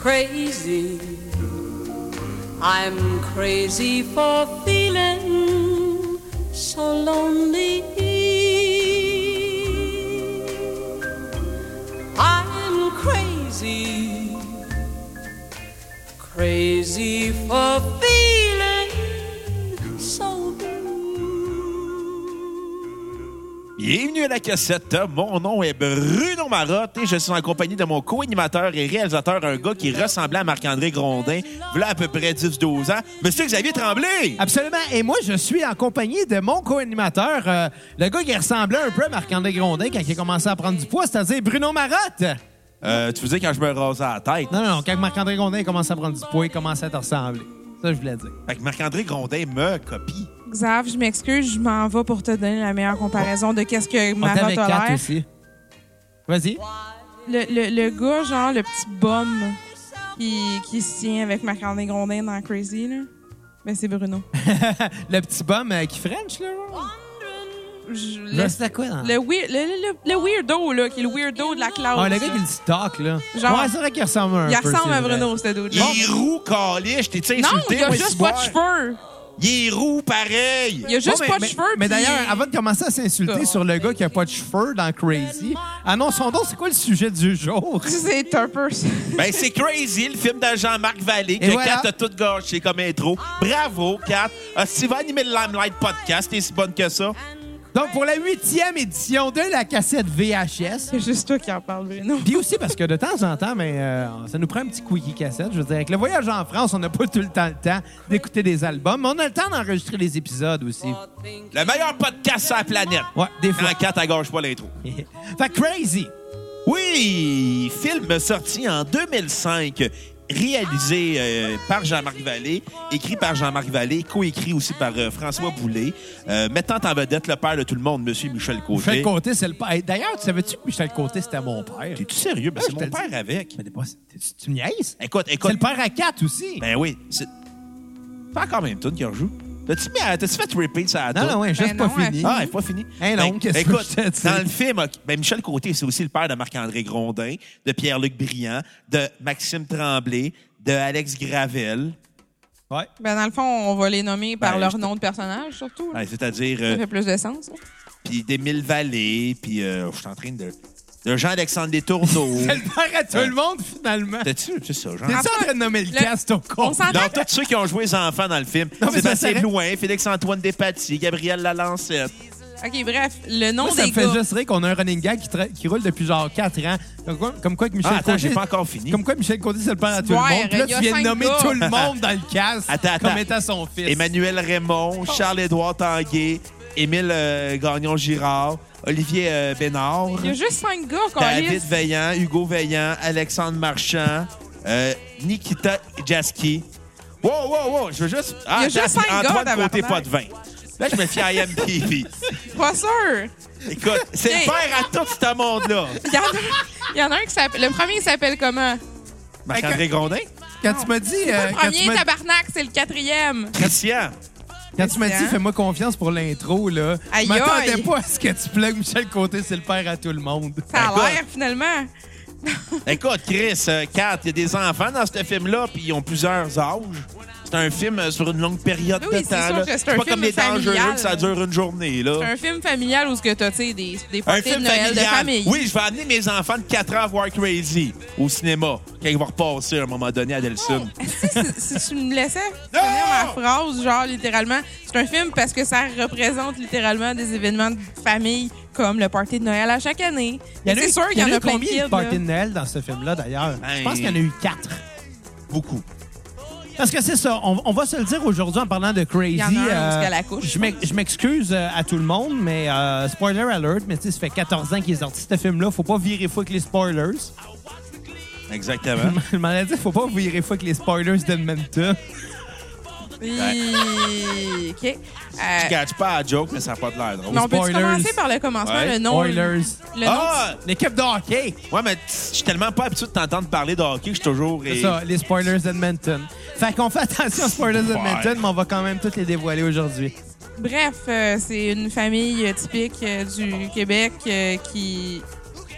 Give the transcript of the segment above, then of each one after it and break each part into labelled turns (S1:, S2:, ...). S1: crazy. I'm crazy for feeling so lonely. I'm crazy, crazy for feeling so blue.
S2: Bienvenue à la cassette. Mon nom est Bruno Marotte et je suis en compagnie de mon co-animateur et réalisateur, un gars qui ressemblait à Marc-André Grondin, voilà à peu près 10-12 ans, Monsieur Xavier Tremblay.
S3: Absolument. Et moi, je suis en compagnie de mon co-animateur, euh, le gars qui ressemblait un peu à Marc-André Grondin quand il a commencé à prendre du poids, c'est-à-dire Bruno Marotte.
S2: Euh, tu veux dire quand je me rasais la tête?
S3: Non, non, quand Marc-André Grondin a commencé à prendre du poids, il commençait à te ressembler. Ça, je voulais dire.
S2: Fait que Marc-André Grondin me copie.
S4: Xav, je m'excuse, je m'en vais pour te donner la meilleure comparaison de qu'est-ce que
S3: On
S4: ma
S3: était avec
S4: rotte a
S3: Kat
S4: l'air.
S3: aussi. Vas-y.
S4: Le, le, le gars, genre, le petit bum qui, qui se tient avec Marc-André Grondin dans Crazy, là. Ben, c'est Bruno.
S3: le petit bum euh, qui French, là.
S4: Je-
S3: Là,
S4: le,
S3: c'était quoi, dans-
S4: le, wei- le- le- le weirdo, là, qui est le weirdo de la classe.
S3: Ah, le gars qui le stock, là.
S4: Genre-
S3: ouais, c'est vrai qu'il ressemble un
S4: Il
S3: peu.
S4: ressemble
S3: c'est
S4: à
S3: vrai.
S4: Bruno, ce dude
S2: Il est roux, calice, t'es-tu
S4: Non,
S2: insulté?
S4: il a
S2: moi,
S4: juste
S2: si
S4: pas de
S2: boire?
S4: cheveux.
S2: Il est roux, pareil.
S4: Il a juste
S3: Bon, mais-
S4: pas de
S3: mais-
S4: cheveux.
S3: Mais
S4: puis-
S3: d'ailleurs, avant de commencer à s'insulter
S4: Oh.
S3: sur le gars qui a pas de cheveux dans Crazy, annonçons donc c'est quoi le sujet du jour?
S4: C'est un peu ça.
S2: Ben, c'est crazy, le film de Jean-Marc Vallée, que
S3: Et voilà.
S2: Kat a tout gâché comme intro. Bravo, Kat. Ah, si tu vas animer le Limelight Podcast, t'es si bonne que ça.
S3: Donc, pour la huitième édition de la cassette VHS.
S4: C'est juste toi qui en parle, Bruno.
S3: Puis aussi parce que de temps en temps, mais euh, ça nous prend un petit quickie cassette. Je veux dire, avec le voyage en France, on n'a pas tout le temps le temps d'écouter des albums, mais on a le temps d'enregistrer les épisodes aussi.
S2: Le meilleur podcast sur la planète.
S3: Ouais, des fois.
S2: Quand Kat, elle gâche pas l'intro.
S3: fait que crazy.
S2: Oui, film sorti en 2005, réalisé euh, par Jean-Marc Vallée, écrit par Jean-Marc Vallée, coécrit aussi par euh, François Boulet, euh, mettant en vedette le père de tout le monde, Monsieur Michel
S3: Michel
S2: Côté.
S3: Côté, c'est le père. Hey, D'ailleurs, tu savais-tu que Michel Côté, c'était mon père?
S2: T'es-tu sérieux? Ben,
S3: Ouais,
S2: c'est
S3: Ah, je
S2: mon
S3: te le
S2: père
S3: dis.
S2: avec.
S3: Mais t'es pas- t'es- tu- Tu me niaises?
S2: Écoute, écoute.
S3: C'est le père à quatre aussi.
S2: Ben oui, c'est pas quand même tune qui rejoue. T'as-tu mis à- t'as-tu fait repeat ça à
S3: non, non, ouais, juste
S4: Ben
S3: pas
S4: non,
S3: fini.
S2: Ah, elle est pas fini.
S3: Hein, non, qu'est-ce que
S2: écoute,
S3: je te dis?
S2: dans le film, ok, ben Michel Côté, c'est aussi le père de Marc-André Grondin, de Pierre-Luc Briand, de Maxime Tremblay, de Alex Gravel,
S3: Ouais.
S4: Ben, dans le fond, on va les nommer par
S2: Ben, je
S4: leur
S2: te-
S4: nom de personnage, surtout. là.
S2: ouais, c'est-à-dire
S4: Ça
S2: euh,
S4: fait plus de sens. là.
S2: puis d'Émile Vallée, puis euh, je suis en train de de Jean-Alexandre Destourneaux.
S3: C'est le père à tout
S2: Ouais.
S3: le monde, finalement.
S2: T'as-tu c'est ça, Jean?
S3: T'es-tu en train de nommer le
S4: Le-
S3: cast, ton con?
S4: On s'entend
S2: Dans tous ceux qui ont joué les enfants dans le film,
S3: Non, mais
S2: Sébastien
S3: ça, ça-
S2: Blouin, Félix-Antoine Despatie, Gabriel Lalancette.
S4: OK, bref, le nom
S3: Moi, ça
S4: des
S3: me fait
S4: gars.
S3: juste rire qu'on a un running gag qui, tra- qui roule depuis genre 4 ans. Comme quoi, comme quoi que Michel
S2: Ah, attends,
S3: Côté-
S2: j'ai pas encore fini.
S3: Comme quoi Michel Côté, c'est le père à tout le
S4: Ouais,
S3: monde. Puis là,
S4: il y a
S3: tu viens de
S4: cinq
S3: nommer
S4: gars.
S3: tout le monde dans le cast
S2: Attends,
S3: comme
S2: attends.
S3: étant son fils.
S2: Emmanuel
S3: Oh.
S2: Raymond, Charles-Édouard Tanguay, Émile euh, Gagnon-Girard, Olivier euh, Bénard,
S4: Il y a juste cinq gars qu'on
S2: David
S4: liste.
S2: Veillant, Hugo Veillant, Alexandre Marchand, euh, Nikita Jaski. Wow, wow, wow, je veux juste... Ah,
S4: Il y a juste
S2: attends,
S4: cinq
S2: Antoine
S4: gars,
S2: Côté,
S4: tabarnak.
S2: pas de vin. Là, je me fie à IMDb.
S4: Pas sûr.
S2: Écoute, c'est
S4: Hey.
S2: faire à tout ce monde-là.
S4: Il y en a, il y en a un qui s'appelle. Le premier, il s'appelle
S2: Euh,
S4: comment?
S2: Marc-André Grondin,
S3: Quand tu m'as dit... euh,
S4: Le
S3: quand tu
S4: premier,
S3: m'as-
S4: tabarnak, c'est le quatrième.
S2: Christian.
S3: quand tu m'as dit,
S4: Christian.
S3: fais-moi confiance pour l'intro, là, je
S4: hein? Aïe,
S3: m'attendais
S4: aïe.
S3: pas à ce que tu plugues Michel Côté, c'est le père à tout le monde.
S4: Ça
S2: D'accord.
S4: a l'air, finalement.
S2: Écoute, Chris, euh, Kat, il y a des enfants dans ce film-là, puis ils ont plusieurs âges. C'est un film euh, sur une longue période
S4: Oui,
S2: de
S4: c'est
S2: temps.
S4: sûr
S2: là.
S4: que c'est un
S2: pas
S4: film
S2: comme les dangereux
S4: familial.
S2: que ça dure une journée. là.
S4: C'est un film familial où ce que t'as, tu sais, des, des
S2: Oh. Un
S4: parties de Noël de famille.
S2: Oui, je vais amener mes enfants de 4 ans à voir Crazy au cinéma quand ils vont repasser à un moment donné à Delson.
S4: Est-ce que si, si tu me laissais
S2: Non!
S4: finir ma phrase, genre littéralement, c'est un film parce que ça représente littéralement des événements de famille comme le party de Noël à chaque année. Mais C'est sûr qu'il y en a plein de
S3: combien
S4: kids,
S3: de parties
S4: là.
S3: de Noël dans ce film-là, d'ailleurs? Je pense
S2: Ben-
S3: qu'il y en a eu quatre.
S2: Beaucoup.
S3: Parce que c'est ça, on, on va se le dire aujourd'hui en parlant de Crazy.
S4: Il y en a un
S3: euh,
S4: jusqu'à la couche,
S3: je m'ex- Je m'excuse euh, à tout le monde, mais euh, spoiler alert, mais tu sais, ça fait 14 ans qu'il est sorti ce film-là. Faut pas virer fou avec les spoilers.
S2: Exactement.
S3: Je m'en ai dit, faut pas virer fou avec les spoilers d'Edmonton.
S4: Puis- OK. Euh,
S2: Je catch pas la joke, mais ça n'a pas de l'air drôle.
S4: mais on peut
S3: spoilers.
S4: commencer par le commencement,
S2: Ouais.
S4: le nom.
S3: Spoilers.
S4: Le nom
S2: ah!
S3: L'équipe de hockey.
S2: Ouais, mais t- je suis tellement pas habitué de t'entendre parler de hockey, je suis toujours.
S3: C'est ça, les spoilers d'Edmonton. Fait qu'on fait attention aux spoilers d'Edmonton,
S2: Ouais.
S3: mais on va quand même toutes les dévoiler aujourd'hui.
S4: Bref, euh, c'est une famille euh, typique euh, du Québec euh, qui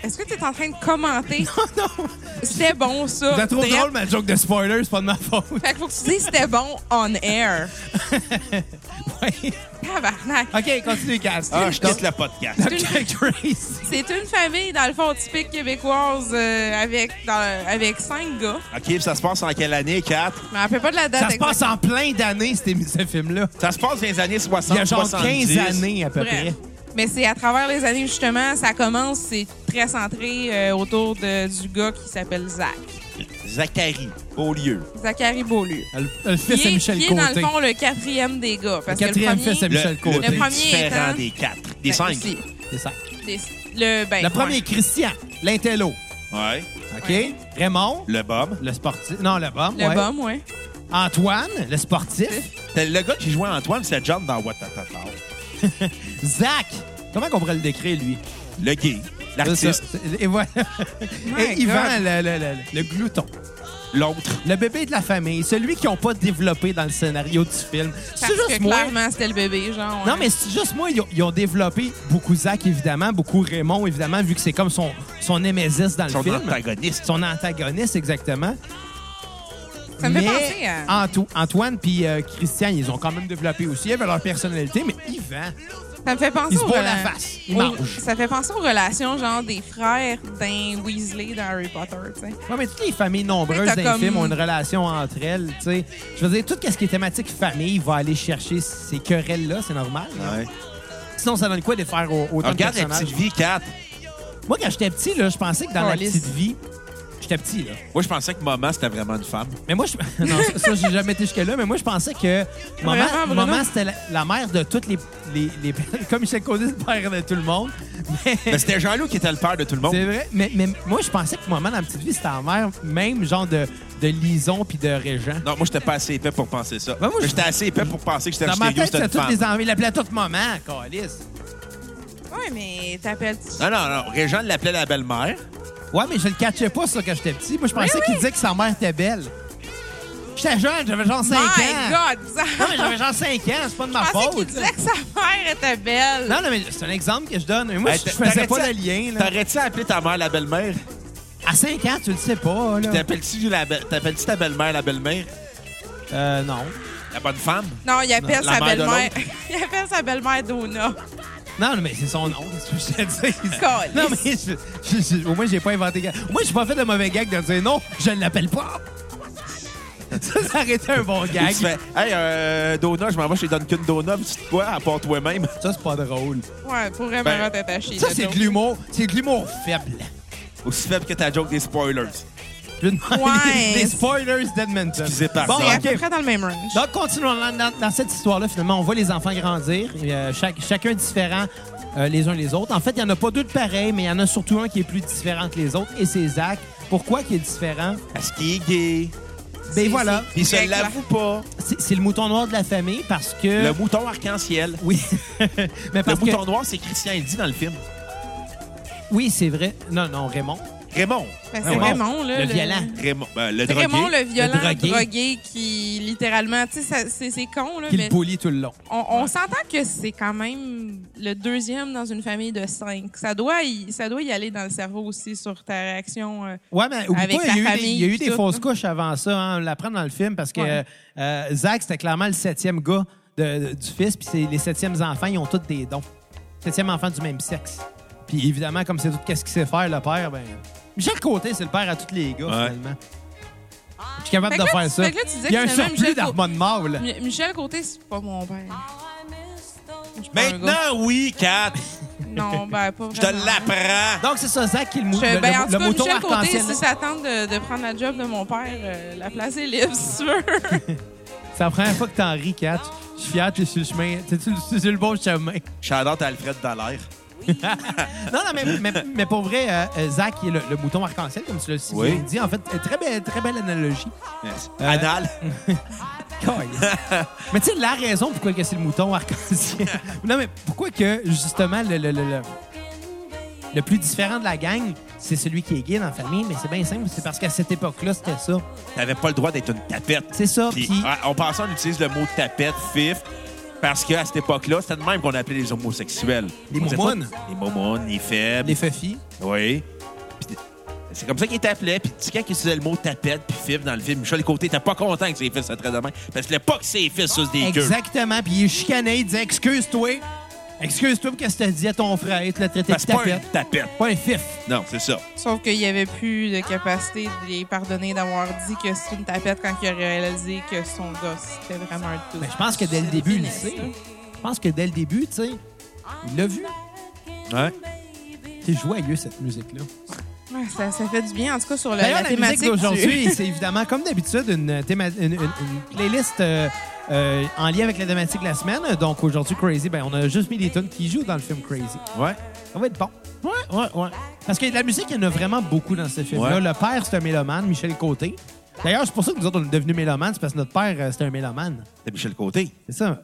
S4: Est-ce que tu es en train de commenter?
S3: Oh
S4: C'était bon, ça.
S3: T'as trop
S4: Bref.
S3: drôle, ma joke de spoiler, c'est pas de ma faute.
S4: Fait qu'il faut que tu dises c'était bon on air.
S3: Ouais.
S4: Tabarnak.
S3: OK, continue, Cass.
S2: Ah, je quitte le podcast.
S3: OK, Grace.
S4: C'est une famille, dans le fond, typique québécoise euh, avec, dans- avec cinq gars.
S2: OK, ça se passe en quelle année, 4?
S4: Je me rappelle pas de la date
S3: Ça se
S4: exacte.
S3: passe en plein d'années, c'était- ce film-là.
S2: Ça se passe dans les années 60,
S3: Il y a genre
S2: 70.
S3: 15 années, à peu
S4: Bref.
S3: près.
S4: Mais c'est à travers les années, justement, ça commence, c'est très centré euh, autour de- du gars qui s'appelle Zach.
S2: Zachary, au lieu.
S4: Zachary Beaulieu.
S3: Le, le fils
S4: Qui
S3: à
S4: est,
S3: Michel
S4: qui est,
S3: Côté.
S4: dans le fond, le quatrième des gars. Parce que
S3: quatrième
S4: le premier,
S3: fils à Michel
S2: le,
S3: Côté.
S2: le
S4: Le premier
S2: plus différent
S4: étant-
S2: des quatre. Des
S4: Ben,
S2: cinq.
S4: aussi,
S3: C'est ça.
S4: des- le, ben,
S3: Le premier,
S4: ouais.
S3: Christian, l'intello.
S2: Ouais.
S3: OK?
S4: Ouais.
S3: Raymond,
S2: Le Bob.
S3: le sportif. Non, le bum.
S4: Le
S3: ouais.
S4: bum, ouais.
S3: Antoine, le sportif.
S2: Le le gars qui jouait Antoine, c'est John dans What the Fuck.
S3: Zach. Comment qu'on pourrait le décrire, lui?
S2: Le gay, l'artiste,
S3: C'est ça. Et voilà.
S4: My
S3: Et Yvan,
S4: God.
S3: le, le- le- le glouton.
S2: l'autre.
S3: Le bébé de la famille. Celui qu'ils n'ont pas développé dans le scénario du film. C'est
S4: Parce que
S3: juste moi.
S4: clairement, c'était le bébé, genre.
S3: Non,
S4: ouais.
S3: mais c'est juste moi, ils ont, ils ont développé beaucoup Zach, évidemment, beaucoup Raymond, évidemment, vu que c'est comme son, son némésis dans le
S2: Son
S3: film.
S2: antagoniste.
S3: Son antagoniste, exactement.
S4: Ça me fait
S3: Mais
S4: penser à...
S3: Anto- Antoine puis euh, Christian, ils ont quand même développé aussi. Ils avaient leur personnalité, mais Yvan,
S4: Ça me fait penser
S3: il se
S4: aux
S3: boit
S4: rela-
S3: la face. Il
S4: aux-
S3: mange.
S4: Ça fait penser aux relations genre des frères d'un Weasley dans Harry Potter, tu sais.
S3: Ouais, mais toutes les familles
S4: Oui,
S3: nombreuses
S4: t'as
S3: dans les
S4: comme-
S3: films ont une relation entre elles, tu sais. Je veux dire, tout ce qui est thématique famille va aller chercher ces querelles-là, c'est normal. là.
S2: Ouais.
S3: Sinon, ça donne quoi de faire au-
S2: Ah,
S3: autant de
S2: regarde la
S3: personnages?
S2: petite vie, 4.
S3: Moi, quand j'étais petit, là, je pensais que dans la
S4: Calisse.
S3: petite vie... J'étais petit, là.
S2: Moi, je pensais que maman, c'était vraiment une femme.
S3: Mais moi, je... non, ça, ça, j'ai jamais été jusque-là, mais moi, je pensais que maman,
S4: ah, Vraiment, Bruno?
S3: maman c'était la, la mère de toutes les... les, les... Comme Michel Caudet, c'est le père de tout le monde. Mais...
S2: Mais c'était Jean-Loup qui était le père de tout le monde.
S3: Eh. C'est vrai, mais, mais moi, je pensais que maman, dans la petite vie, c'était la mère même genre de, de Lison puis de Régent.
S2: Non, moi, j'étais pas assez épais pour penser ça.
S3: Ben, moi,
S2: Mais
S3: je-
S2: j'étais assez épais pour penser que j'étais
S3: Dans ma
S2: j'étais gros,
S3: tête,
S2: c'était
S3: c'était
S2: une femme.
S3: toutes des envies. Il l'appelait toute maman, Calice.
S4: Ouais, mais t'appelles
S2: Non, non, non. Régent l'appelait la belle-mère.
S3: Ouais, mais je le catchais pas, ça, quand j'étais petit. Moi,
S4: Ben
S3: je pensais qu'il disait que sa mère était belle. J'étais jeune, j'avais genre 5
S4: My
S3: Ah, ans.
S4: God, ça.
S3: Non, mais j'avais genre 5 ans, c'est pas de ma
S4: Je pensais
S3: faute.
S4: qu'il disait que sa mère était belle.
S3: Non, non, mais c'est un exemple que je donne. Mais moi,
S2: Hey,
S3: je je
S2: t'a-
S3: faisais pas le
S2: t'aurais-tu-
S3: lien. là.
S2: T'aurais-tu appelé ta mère la belle-mère?
S3: À 5 ans, tu le sais pas, là.
S2: T'appelles-tu la be- t'appelles-tu ta belle-mère la belle-mère?
S3: Euh, non.
S2: La bonne femme?
S4: Non, il appelle
S2: Non, la
S4: sa
S2: mère de
S4: belle-mère. il appelle sa belle-mère Donna.
S3: Non, non, mais c'est son nom, c'est ce que je te dis.
S4: Caliste.
S3: Non, mais je- je- je- au moins, j'ai pas inventé. gag. Au moins, j'ai pas fait de mauvais gag de dire non, je ne l'appelle pas. Ça, ça aurait été un bon
S2: Ou
S3: gag.
S2: tu fais, hey, euh, Dona, je m'en vais chez Dunkin' Dona, tu te quoi, à part toi-même?
S3: Ça, c'est pas drôle.
S4: Ouais, pour elle,
S2: Ben,
S4: maman t'attacher.
S3: Ça, c'est de l'humour. C'est de l'humour faible.
S2: Aussi faible que ta joke des spoilers.
S3: Je vais demander
S4: Ouais.
S3: des, des spoilers d'Edmonton.
S2: Excusez, pardon.
S3: Bon,
S4: C'est à peu
S3: OK.
S4: près dans le même range.
S3: Donc, continuons dans, dans- dans cette histoire-là. Finalement, on voit les enfants grandir, et, euh, chaque- chacun différent euh, les uns les autres. En fait, il n'y en a pas deux de pareils, mais il y en a surtout un qui est plus différent que les autres, et c'est Zach. Pourquoi qui est différent?
S2: Parce qu'il est gay.
S3: Ben voilà,
S2: Puis il se
S4: Très clair.
S2: l'avoue pas.
S3: c'est c'est le mouton noir de la famille parce que...
S2: Le mouton arc-en-ciel.
S3: Oui. Mais
S2: Le
S3: Euh. parce que...
S2: mouton noir, c'est Christian Eldy dans le film.
S3: Oui, c'est vrai. Non, non, Raymond.
S2: Raymond.
S4: Ben,
S2: Ah ouais.
S4: c'est Raymond, là.
S3: Le violent.
S2: Raymond, ben, le drogué.
S4: Raymond, le violent
S3: Le drogué.
S4: drogué. qui, littéralement, tu sais, ça- c'est c'est con, là,
S3: Qui
S4: mais
S3: le bully tout le long.
S4: on, on s'entend que c'est quand même le deuxième dans une famille de cinq. Ça doit y, ça doit y aller dans le cerveau aussi sur ta réaction. euh.
S3: Ouais, mais oublie
S4: Avec
S3: pas,
S4: la
S3: il y a eu des,
S4: famille,
S3: il y a eu
S4: puis
S3: des
S4: tout,
S3: fausses
S4: là.
S3: couches avant ça. hein. On l'apprend dans le film parce que
S4: Ouais.
S3: euh, Zach, c'était clairement le septième gars de- du fils. Puis c'est- les septièmes enfants, ils ont tous des dons. Septième enfant du même sexe. Puis évidemment, comme c'est tout qu'est-ce qu'il sait faire, le père, ben... Michel Côté, c'est le père à tous les gars,
S2: Ouais.
S3: finalement. Je suis capable
S4: Fait que
S3: de
S4: là,
S3: faire
S4: tu-
S3: ça.
S4: fait que là, tu disais
S3: il y a
S4: que
S3: un
S4: finalement,
S3: surplus
S4: Michel Côté-
S3: d'hormones mâles.
S4: Mi- Michel Côté, c'est pas mon père. Je suis pas un gars.
S2: Maintenant, oui, Kat.
S4: Non, ben, pas
S2: Je te
S4: vraiment.
S2: l'apprends.
S3: Donc, c'est ça, Zach, qui est le, mou-
S4: Je-
S3: le,
S4: ben,
S3: le-
S4: en tout
S3: le
S4: cas,
S3: mouton
S4: Michel Côté,
S3: arc-en-ciel.
S4: si ça tente de, de prendre la job de mon père, euh, la place est libre, si tu veux.
S3: C'est la première fois que t'en ris, Kat. Je suis fier, t'es sur le chemin. T'es sur, le- sur le bon chemin.
S2: J'adore Alfred Dallaire.
S3: Non, non, mais, mais, mais pour vrai, euh, euh, Zach, il est le, le mouton arc-en-ciel, comme tu l'as si
S2: Oui.
S3: bien dit. En fait, euh, très belle, très belle analogie.
S2: Yes.
S3: Euh,
S2: Anal.
S3: mais tu sais, la raison pourquoi que c'est le mouton arc-en-ciel. non, mais pourquoi que, justement, le, le, le, le- le plus différent de la gang, c'est celui qui est gay dans la famille, mais c'est bien simple, c'est parce qu'à cette époque-là, c'était ça.
S2: T'avais pas le droit d'être une tapette.
S3: C'est ça,
S2: Puis,
S3: puis-
S2: ouais, en passant, on utilise le mot tapette, fif, parce qu'à cette époque-là, c'était de même qu'on appelait les homosexuels.
S3: Les
S2: On disait
S3: moumounes.
S2: pas- Les momones, les faibles.
S3: Les feuilles.
S2: Oui. C'est comme ça qu'il t'appelait. Puis tu sais, quand il utilisait le mot tapette puis fif dans le film, Michel Côté était pas content que ses fils se traitent de même. Parce qu'il voulait pas que ses fils sucent des queues.
S3: Exactement. Puis il chicanait, il disait Excuse-toi. Excuse-toi pour qu'est-ce que tu dit à ton frère. Tu l'as traité
S2: Parce
S3: de
S2: que Ben, c'est pas une
S3: tapette.
S2: tapette.
S3: Pas un fif.
S2: Non, c'est ça.
S4: Sauf qu'il n'y avait plus de capacité de les pardonner d'avoir dit que c'est une tapette quand il a réalisé que son dos, c'était vraiment un tout.
S3: Mais Ben, je pense que dès le début, il le sait. Je pense que dès le début, tu sais, il l'a vu.
S2: Ouais.
S3: C'est joyeux, cette musique-là.
S4: Ouais, ça, ça fait du bien, en tout cas, sur le- la,
S3: D'ailleurs, la, musique
S4: thématique du-
S3: d'aujourd'hui, c'est évidemment, comme d'habitude, une, euh, théma- une- une- une playlist euh, euh, en lien avec la thématique de la semaine. Donc aujourd'hui, Crazy, ben, on a juste mis des tunes qui jouent dans le film Crazy.
S2: Ouais.
S3: Ça va être bon. Ouais, ouais, ouais. Parce que la musique, il y en a vraiment beaucoup dans ce film-là.
S2: Ouais.
S3: Le père, c'est un mélomane, Michel Côté. D'ailleurs, c'est pour ça que nous autres, on est devenus mélomanes. C'est parce que notre père, euh, c'était un mélomane.
S2: C'est Michel Côté.
S3: C'est ça.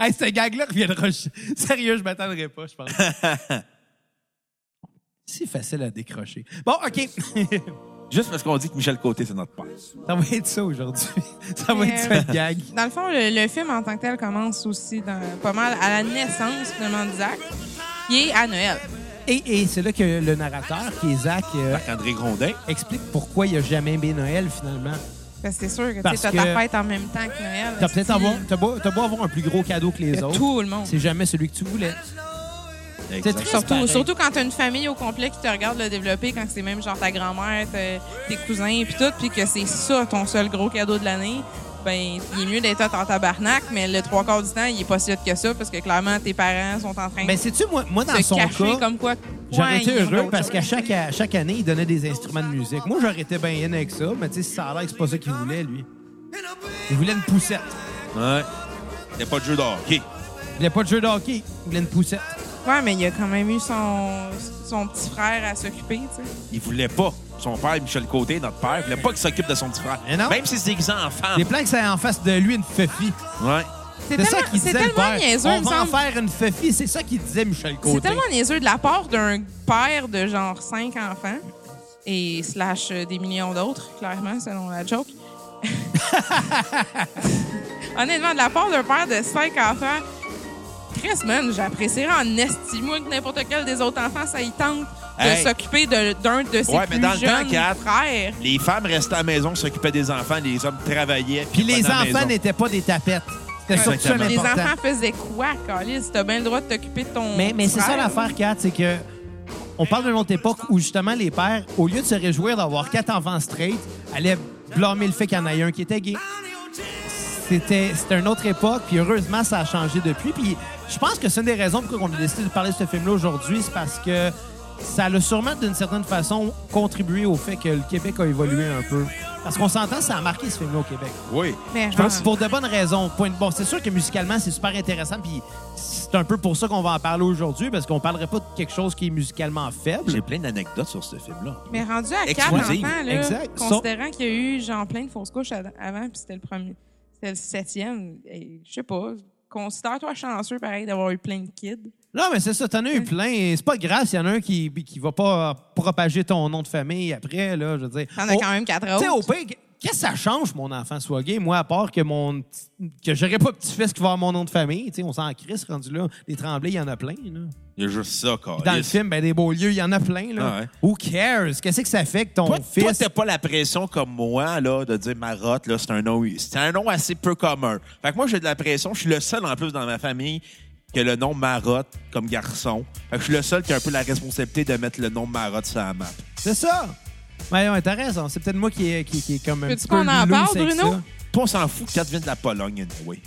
S3: hey, ce gag-là reviendra. je- Sérieux, je m'attendrai pas, je pense. c'est facile à décrocher. Bon, OK.
S2: Juste parce qu'on dit que Michel Côté, c'est notre père.
S3: ça va être ça aujourd'hui. Ça va être ça, le gag.
S4: Dans le fond, le, le film en tant que tel commence aussi dans, pas mal à la naissance, finalement, d'Isaac, qui est à Noël.
S3: Et, et c'est là que le narrateur, qui est Zach, euh,
S2: Marc-André Grondin.
S3: explique pourfois il n'y a jamais aimé Noël, finalement.
S4: Parce que c'est sûr que tu
S3: Parce
S4: sais, t'as
S3: que-
S4: ta fête en même temps que Noël.
S3: T'as peut-être
S4: c'est-
S3: avoir, t'as beau, t'as beau avoir un plus gros cadeau que les
S4: que
S3: autres.
S4: tout le monde.
S3: C'est jamais celui que tu voulais.
S2: Exact.
S3: triste. C'est
S4: Surtout,
S3: pareil.
S4: surtout quand t'as une famille au complet qui te regarde le développer, quand c'est même genre ta grand-mère, tes tes cousins puis tout, puis que c'est ça ton seul gros cadeau de l'année, ben il est mieux d'être hot en tabarnak, mais le trois quarts du temps, il est pas si hot que ça parce que clairement tes parents sont en train
S3: Mais
S4: de
S3: sais-tu, moi, moi, Ben, dans
S4: se
S3: son
S4: cacher
S3: cas,
S4: comme quoi.
S3: J'aurais
S4: ouais,
S3: été
S4: ils ont
S3: heureux
S4: d'autres
S3: parce
S4: choses.
S3: qu'à chaque, à chaque année, il donnait des instruments de musique. Moi, j'aurais été bien in avec ça, mais tu sais, ça a l'air que c'est pas ça qu'il voulait, lui. Il voulait une poussette.
S2: Ouais. Il n'y a pas de jeu d'or. OK.
S3: Il voulait pas de jeu de hockey. Il voulait une poussette.
S4: Ouais, mais il a quand même eu son, son petit frère à s'occuper, tu sais.
S2: Il voulait pas. Son père, Michel Côté, notre père, voulait pas qu'il s'occupe de son petit frère.
S3: Eh non.
S2: Même si c'est déguisé en femme.
S3: Les plans que ça en face de lui, une feffie.
S2: Ouais.
S4: C'est
S3: C'est ça
S4: tellement,
S3: qu'il
S4: c'est
S3: disait, le
S4: tellement
S3: père.
S4: niaiseux, il
S3: On
S4: me
S3: va en
S4: semble.
S3: faire une feffie. C'est ça qu'il disait, Michel Côté.
S4: C'est tellement niaiseux de la part d'un père de genre cinq enfants et slash euh, des millions d'autres, clairement, selon la joke. Honnêtement, de la part d'un père de cinq enfants, Chris, man, j'apprécierais en estime que n'importe quel des autres enfants, ça y tente de
S2: Hey.
S4: s'occuper de- d'un de, ses
S2: Ouais, mais
S4: plus
S2: dans le temps,
S4: jeunes
S2: Kat,
S4: frères.
S2: Les femmes restaient à la maison, s'occupaient des enfants, les hommes travaillaient.
S3: Puis les
S2: restaient à la
S3: enfants
S2: maison.
S3: n'étaient pas des tapettes. C'était surtout ça
S2: Exactement.
S4: Les
S3: l'important.
S4: enfants faisaient quoi, Calis? T'as bien le droit de t'occuper de ton
S3: Mais, mais c'est ça
S4: frère.
S3: l'affaire, Kat, c'est que on parle d'une autre époque où justement les pères, au lieu de se réjouir d'avoir quatre enfants straight, allaient blâmer le fait qu'il y en ait un qui était gay. C'était c'était une autre époque, puis heureusement, ça a changé depuis. Puis je pense que c'est une des raisons pour on a décidé de parler de ce film-là aujourd'hui, c'est parce que ça l'a sûrement, d'une certaine façon, contribué au fait que le Québec a évolué un peu. Parce qu'on s'entend, ça a marqué ce film-là au Québec.
S2: Oui.
S4: Mais hein.
S3: Je pense que
S4: genre-
S3: c'est pour de bonnes raisons. Point de- Bon, c'est sûr que musicalement, c'est super intéressant, puis c'est un peu pour ça qu'on va en parler aujourd'hui, parce qu'on parlerait pas de quelque chose qui est musicalement
S2: J'ai
S3: faible.
S2: plein d'anecdotes sur ce film-là.
S4: Mais rendu à quatre
S2: Exclusive.
S4: enfants, là,
S3: Exact.
S4: considérant qu'il y a eu genre plein de fausses couches ad- avant, puis c'était le premier, c'était le septième, et je sais pas. Considère-toi chanceux, pareil, d'avoir eu plein de kids.
S3: Non, mais c'est ça, t'en as eu plein. et C'est pas grave s'il y en a un qui, qui va pas propager ton nom de famille après, là, je veux dire.
S4: T'en as
S3: Oh,
S4: quand même quatre
S3: Tu sais, au
S4: autres.
S3: pire, qu'est-ce que ça change, mon enfant soit gay? Moi, à part que mon petit- que j'aurais pas petit-fils qui va avoir mon nom de famille, tu sais, on s'en crisse rendu là. Les tremblés, il y en a plein, là.
S2: Il y a juste ça, quoi.
S3: Dans le film, ben, des beaux lieux, il y en a plein, là.
S2: Ah ouais.
S3: Who cares? Qu'est-ce que ça fait que ton
S2: Toi, toi,
S3: fils...
S2: t'as pas la pression comme moi là, de dire Marotte, là, c'est un nom. C'est un nom assez peu commun. Fait que moi, j'ai de la pression. Je suis le seul en plus dans ma famille qui a le nom Marotte comme garçon. Fait que je suis le seul qui a un peu la responsabilité de mettre le nom Marotte sur la map.
S3: C'est ça. Ouais, ouais, t'as raison. C'est peut-être moi qui est, qui, qui est comme un
S4: Veux-tu
S3: petit peu
S4: qu'on en
S3: loose
S4: parle,
S3: avec
S4: Bruno?
S3: ça.
S2: Toi, on s'en fout, Kat vient de la Pologne, anyway.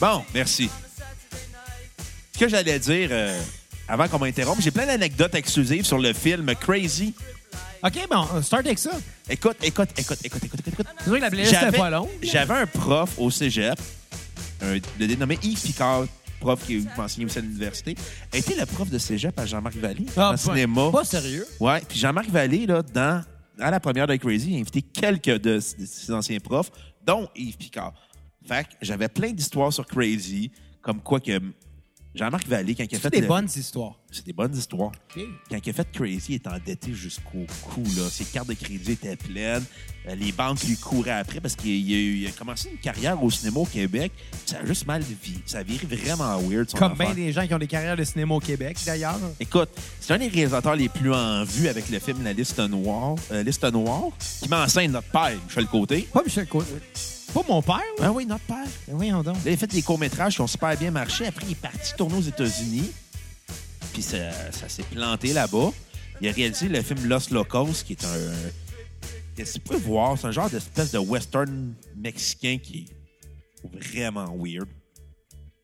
S2: Bon, merci. Ce que j'allais dire euh, avant qu'on m'interrompe, j'ai plein d'anecdotes exclusives sur le film Crazy.
S3: OK, bon, on start avec ça.
S2: Écoute, écoute, écoute, écoute, écoute, écoute, écoute.
S3: C'est sûr que la playlist
S2: J'avais-
S3: était pas longue.
S2: J'avais un prof au cégep, un- le dénommé Yves Picard, prof qui m'enseignait aussi à l'université, était le prof de cégep à Jean-Marc Vallée,
S3: Ah,
S2: en
S3: pas-
S2: cinéma.
S3: Pas sérieux.
S2: Ouais, puis Jean-Marc Vallée, là, dans, à la première de Crazy, il a invité quelques de s- de ses anciens profs, dont Yves Picard. Fait que j'avais plein d'histoires sur Crazy, comme quoi que Jean-Marc Vallée, quand il a fait.
S3: C'est des
S2: le-
S3: bonnes histoires.
S2: C'est des bonnes histoires. Quand il a fait Crazy, il est endetté jusqu'au cou. Là. Ses cartes de crédit étaient pleines. Euh, Les banques lui couraient après parce qu'il il a, eu- il a commencé une carrière au cinéma au Québec. Ça a juste mal vie. Ça vire vraiment weird. son
S3: Comme
S2: affaire.
S3: bien des gens qui ont des carrières de cinéma au Québec, d'ailleurs.
S2: Écoute, c'est un des réalisateurs les plus en vue avec le film La Liste Noire, euh, Liste Noire qui met en scène notre père, Michel Côté.
S3: Pas Michel Côte. Pas mon père, oui.
S2: Ah oui, notre père.
S3: Ben voyons donc.
S2: Là, il a fait des courts-métrages qui ont super bien marché. Après, il est parti tourner aux États-Unis. Puis ça, ça s'est planté là-bas. Il a réalisé le film Los Locos, qui est un. Qu'est-ce que tu peux voir? C'est un genre d'espèce de western mexicain qui est vraiment weird.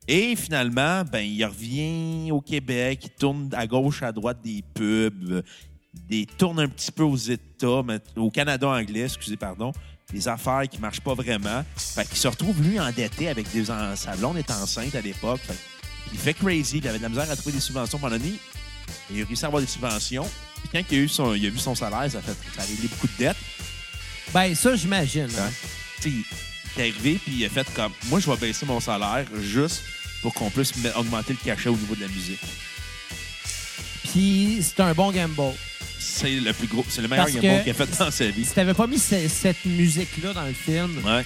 S2: Et finalement, ben, il revient au Québec, il tourne à gauche, à droite des pubs, euh, il tourne un petit peu aux États, mais- au Canada anglais, excusez, pardon, des affaires qui marchent pas vraiment. Fait qu'il se retrouve, lui, endetté avec des... En... Sa blonde est enceinte à l'époque. Fait qu'il- il fait crazy, il avait de la misère à trouver des subventions. À un moment donné, il a réussi à avoir des subventions. Puis quand il a, eu son... il a vu son salaire, ça a fait ça a réglé beaucoup de dettes.
S3: Ben, ça, j'imagine. hein.
S2: Tu sais, il est arrivé, puis il a fait comme, moi, je vais baisser mon salaire juste pour qu'on puisse me- augmenter le cachet au niveau de la musique.
S3: Puis, c'est un bon gamble.
S2: C'est le plus gros, c'est le meilleur
S3: Parce
S2: gamble
S3: que-
S2: qu'il a fait dans sa vie.
S3: Si t'avais pas mis ce- cette musique-là dans le film,
S2: Ouais.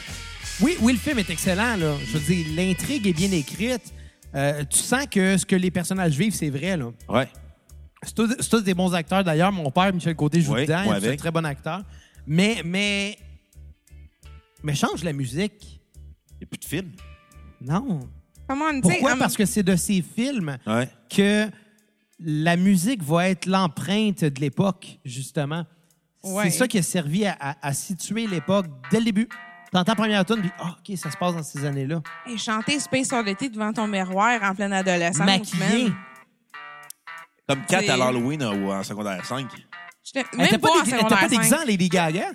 S3: Oui, oui, le film est excellent. Là. Je veux dire, l'intrigue est bien écrite. Euh, tu sens que ce que les personnages vivent, c'est vrai. là.
S2: Ouais.
S3: C'est tous c'est tous des bons acteurs. D'ailleurs, mon père, Michel Côté, joue
S2: Oui,
S3: dedans.
S2: moi
S3: C'est un
S2: avec.
S3: très bon acteur. Mais, mais, mais change la musique.
S2: Il n'y a plus de film.
S3: Non.
S4: Comment on um,
S3: Pourquoi? Parce que c'est de ces films
S2: Ouais.
S3: que la musique va être l'empreinte de l'époque, justement.
S4: Ouais.
S3: C'est ça qui a servi à, à- à situer l'époque dès le début. T'entends la première tune, puis ah, OK, ça se passe dans ces années-là.
S4: Et chanter Space Oddity devant ton miroir en pleine adolescence.
S3: Maquillé.
S4: man.
S2: Comme 4
S4: C'est-
S2: à l'Halloween euh, ou en secondaire 5.
S4: J'étais
S3: Elle
S4: même
S3: était
S4: pas,
S3: pas,
S4: en
S3: déguis- elle était
S4: secondaire
S3: pas
S4: cinq.
S3: déguisée en Lady Gaga.